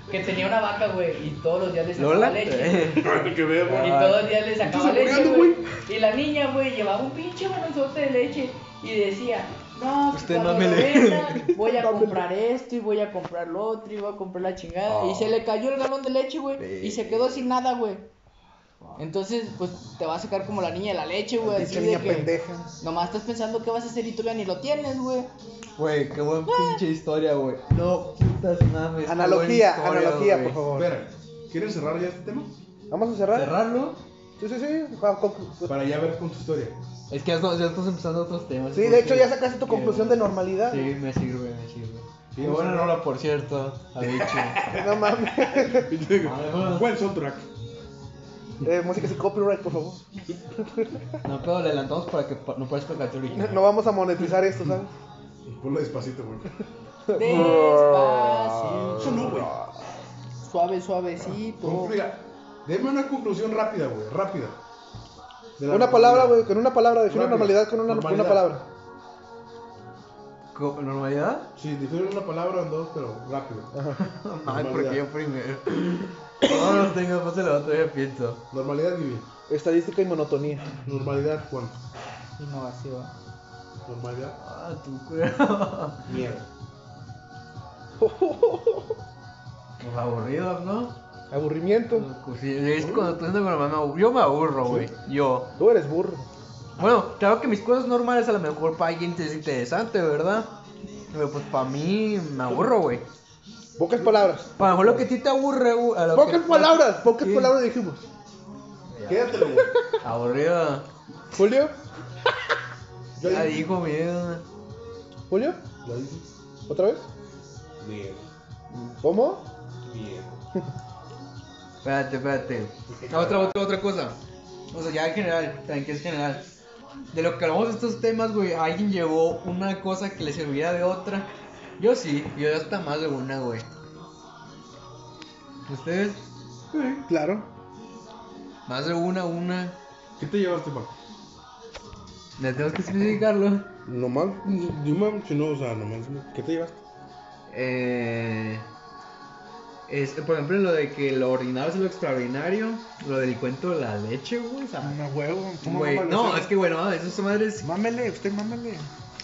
S1: que tenía una vaca, güey, y todos los días le sacaba
S5: ¿Lola?
S1: leche.
S4: Ay, que veo,
S1: Y
S5: Ah.
S1: todos los días le sacaba
S4: Entonces,
S1: leche,
S4: ¿por qué
S1: güey.
S4: ando,
S1: Y la niña, güey, llevaba un pinche balonzote de leche y decía, no, pues
S5: Usted
S1: cuando
S5: mámele.
S1: lo venda, voy a comprar esto y voy a comprar lo otro y voy a comprar la chingada. Y se le cayó el galón de leche, güey, y se quedó sin nada, güey. Entonces, pues te va a sacar como la niña de la leche, güey. Así
S3: Pinche
S1: de
S3: niña
S1: que
S3: pendeja.
S1: nomás estás pensando qué vas a hacer y tú ya ni lo tienes, güey.
S5: Güey, qué buen pinche historia, güey. No putas mames. qué
S3: Analogía,
S5: buena historia,
S3: analogía,
S5: güey.
S3: por favor.
S2: Espera, ¿quieren cerrar ya este tema?
S3: Vamos a cerrar.
S5: ¿Cerrarlo?
S3: Sí, sí, sí. Va, con-
S2: Para ya ver con tu historia.
S5: Es que ya estamos, ya estamos empezando otros temas.
S3: Sí, de
S5: porque-
S3: hecho ya sacaste tu conclusión de normalidad.
S5: Sí, me sirve, me sirve.
S2: Sí,
S5: Qué
S2: o
S5: buena
S2: sea,
S5: rola, por cierto. Ha dicho.
S3: No mames.
S4: ¿Cuál soundtrack?
S3: Eh, música sin copyright, por favor.
S5: No, pero le adelantamos para que pa- no parezca canción
S3: No,
S5: original.
S3: no vamos a monetizar esto, ¿sabes?
S2: Ponlo despacito, güey.
S1: Despacio.
S2: Eso no, güey.
S1: Suave, suavecito.
S2: Concluya. Deme una conclusión rápida, güey. Rápida. De la
S3: Una palabra,
S2: normalidad.
S3: güey, con una palabra, define
S2: Rápido.
S3: normalidad con una,
S2: Normalidad.
S3: una palabra.
S5: Co- ¿Normalidad?
S2: Sí, difiero una palabra en dos, pero rápido.
S5: Ay,
S2: Normalidad.
S5: porque yo primero. No los tengo, después se lo otro, yo pienso.
S2: Normalidad, Vivi.
S3: Estadística y monotonía.
S2: Normalidad, Juan.
S1: Innovación.
S2: Normalidad,
S5: Ah, tu cuero.
S2: mierda.
S5: Pues aburridos, ¿no? Pues,
S3: Aburrimiento.
S5: Sí, es cuando estoy haciendo con la mamá, yo me aburro, güey. Yo.
S3: Tú eres burro.
S5: Bueno, claro que mis cosas normales a lo mejor para alguien es interesante, ¿verdad? Pero pues para mí me aburro, güey.
S3: Pocas palabras.
S5: Para lo mejor lo que a ti te aburre, güey. a lo que-
S3: Pocas palabras. Pocas
S5: Sí.
S3: palabras dijimos.
S2: Quédatelo, güey.
S5: Aburrido.
S3: Julio.
S5: Ya dijo, mierda.
S3: Julio.
S2: ¿Lo dices?
S3: ¿Otra vez?
S2: Bien,
S3: ¿Cómo?
S2: bien.
S5: Espérate, espérate. Ah, Otra, otra, otra cosa. O sea, ya en general, tranquilo, es general. De lo que hablamos de estos temas, güey, alguien llevó una cosa que le servía de otra. Yo sí, yo hasta más de una, güey. ¿Ustedes?
S3: Claro.
S5: Más de una, una.
S4: ¿Qué te llevaste, pa?
S5: Le tenemos que especificarlo.
S4: Nomás, nomás, si no, o sea, nomás, ¿qué te llevaste?
S5: Eh, es, por ejemplo, lo de que lo ordinario es lo extraordinario. Lo del cuento de la leche, güey. o sea,
S3: Una huevo. ¿cómo
S5: güey,
S3: mames?
S5: no, es que, bueno, esos madres.
S3: Mámele, usted mámele.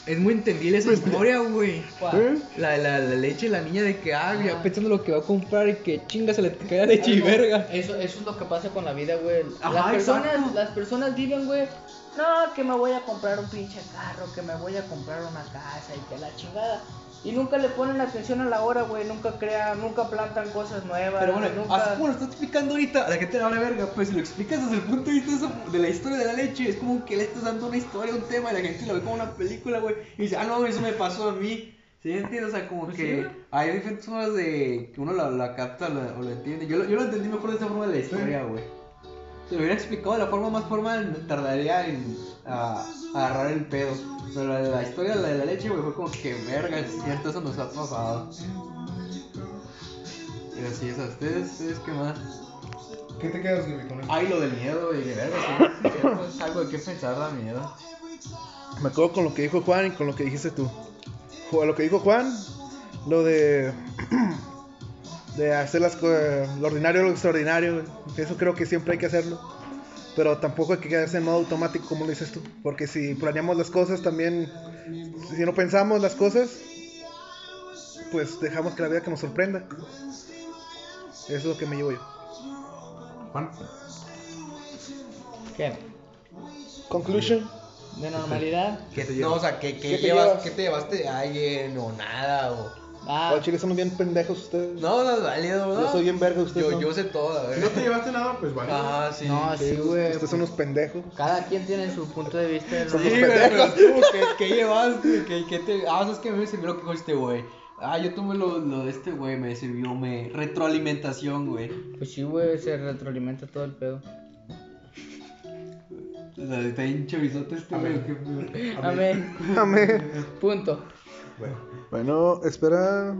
S5: Es muy entendible esa historia, güey.
S1: ¿Cuál?
S5: La, la, la leche, la niña de que, ah, ya pensando lo que va a comprar y que chinga se le cae la leche y verga.
S1: Eso, eso es lo que pasa con la vida, güey.
S5: Ajá,
S1: Las personas,
S5: exacto.
S1: las personas viven, güey. No, que me voy a comprar un pinche carro, que me voy a comprar una casa y que la chingada. Y nunca le ponen atención a la hora, güey. Nunca crean, nunca plantan cosas nuevas.
S5: Pero bueno,
S1: nunca...
S5: así como lo estás explicando ahorita, a la gente le vale verga, pues si lo explicas desde el punto de vista de esa- de la historia de la leche, es como que le estás dando una historia, un tema, y la gente lo ve como una película, güey, y dice, ah, no, eso me pasó a mí. ¿Sí entiendes? O sea, como que hay diferentes formas de que uno la, la capta la- o lo entiende. Yo lo, yo lo entendí mejor de esa forma de la historia, güey. Si lo hubiera explicado de la forma más formal, me tardaría en a- agarrar el pedo. Pero la, la historia de la, de la leche, güey, fue como que verga, es cierto, eso nos ha pasado. Y así es, a ustedes, ustedes qué más.
S2: ¿Qué te quedas, güey, con eso?
S5: Ay, lo del miedo, güey, de verga, sí, es cierto, es algo de qué pensar da miedo.
S3: Me acuerdo con lo que dijo Juan y con lo que dijiste tú. O lo que dijo Juan, lo de. de hacer las cosas. lo ordinario, lo extraordinario. güey. Eso creo que siempre hay que hacerlo. Pero tampoco hay que quedarse en modo automático, como lo dices tú. Porque si planeamos las cosas también. si no pensamos las cosas. pues dejamos que la vida que nos sorprenda. Eso es lo que me llevo yo.
S2: Juan.
S1: ¿Qué?
S3: Conclusion.
S1: ¿De normalidad?
S5: ¿Qué te no, o sea, ¿qué, qué,
S3: ¿Qué te
S5: llevas,
S3: llevas?
S5: ¿qué te llevaste de alguien o nada? O...
S1: Ah,
S3: Al chile son bien pendejos ustedes.
S5: No, no es válido, ¿no?
S3: Yo soy bien verga, ustedes
S5: Yo,
S3: no.
S5: yo sé
S2: Si
S5: todo,
S2: no
S5: ¿verdad?
S2: te llevaste nada, pues vale.
S5: Ah, sí. este
S1: no, sí, güey.
S3: Ustedes son unos pendejos.
S1: Cada quien tiene su punto de vista. de lo-
S5: Sí, güey, pero tú, ¿qué, qué llevaste? ¿Qué, qué te... Ah, ¿sabes qué me sirvió lo que dijo este güey? Ah, yo tomé lo, lo de este güey, me sirvió me... retroalimentación, güey.
S1: Pues sí, güey, se retroalimenta todo el pedo.
S5: O sea, está bien chavizote este güey. qué-
S1: Amén.
S3: Amén.
S1: Punto.
S2: Bueno,
S3: Bueno, espera.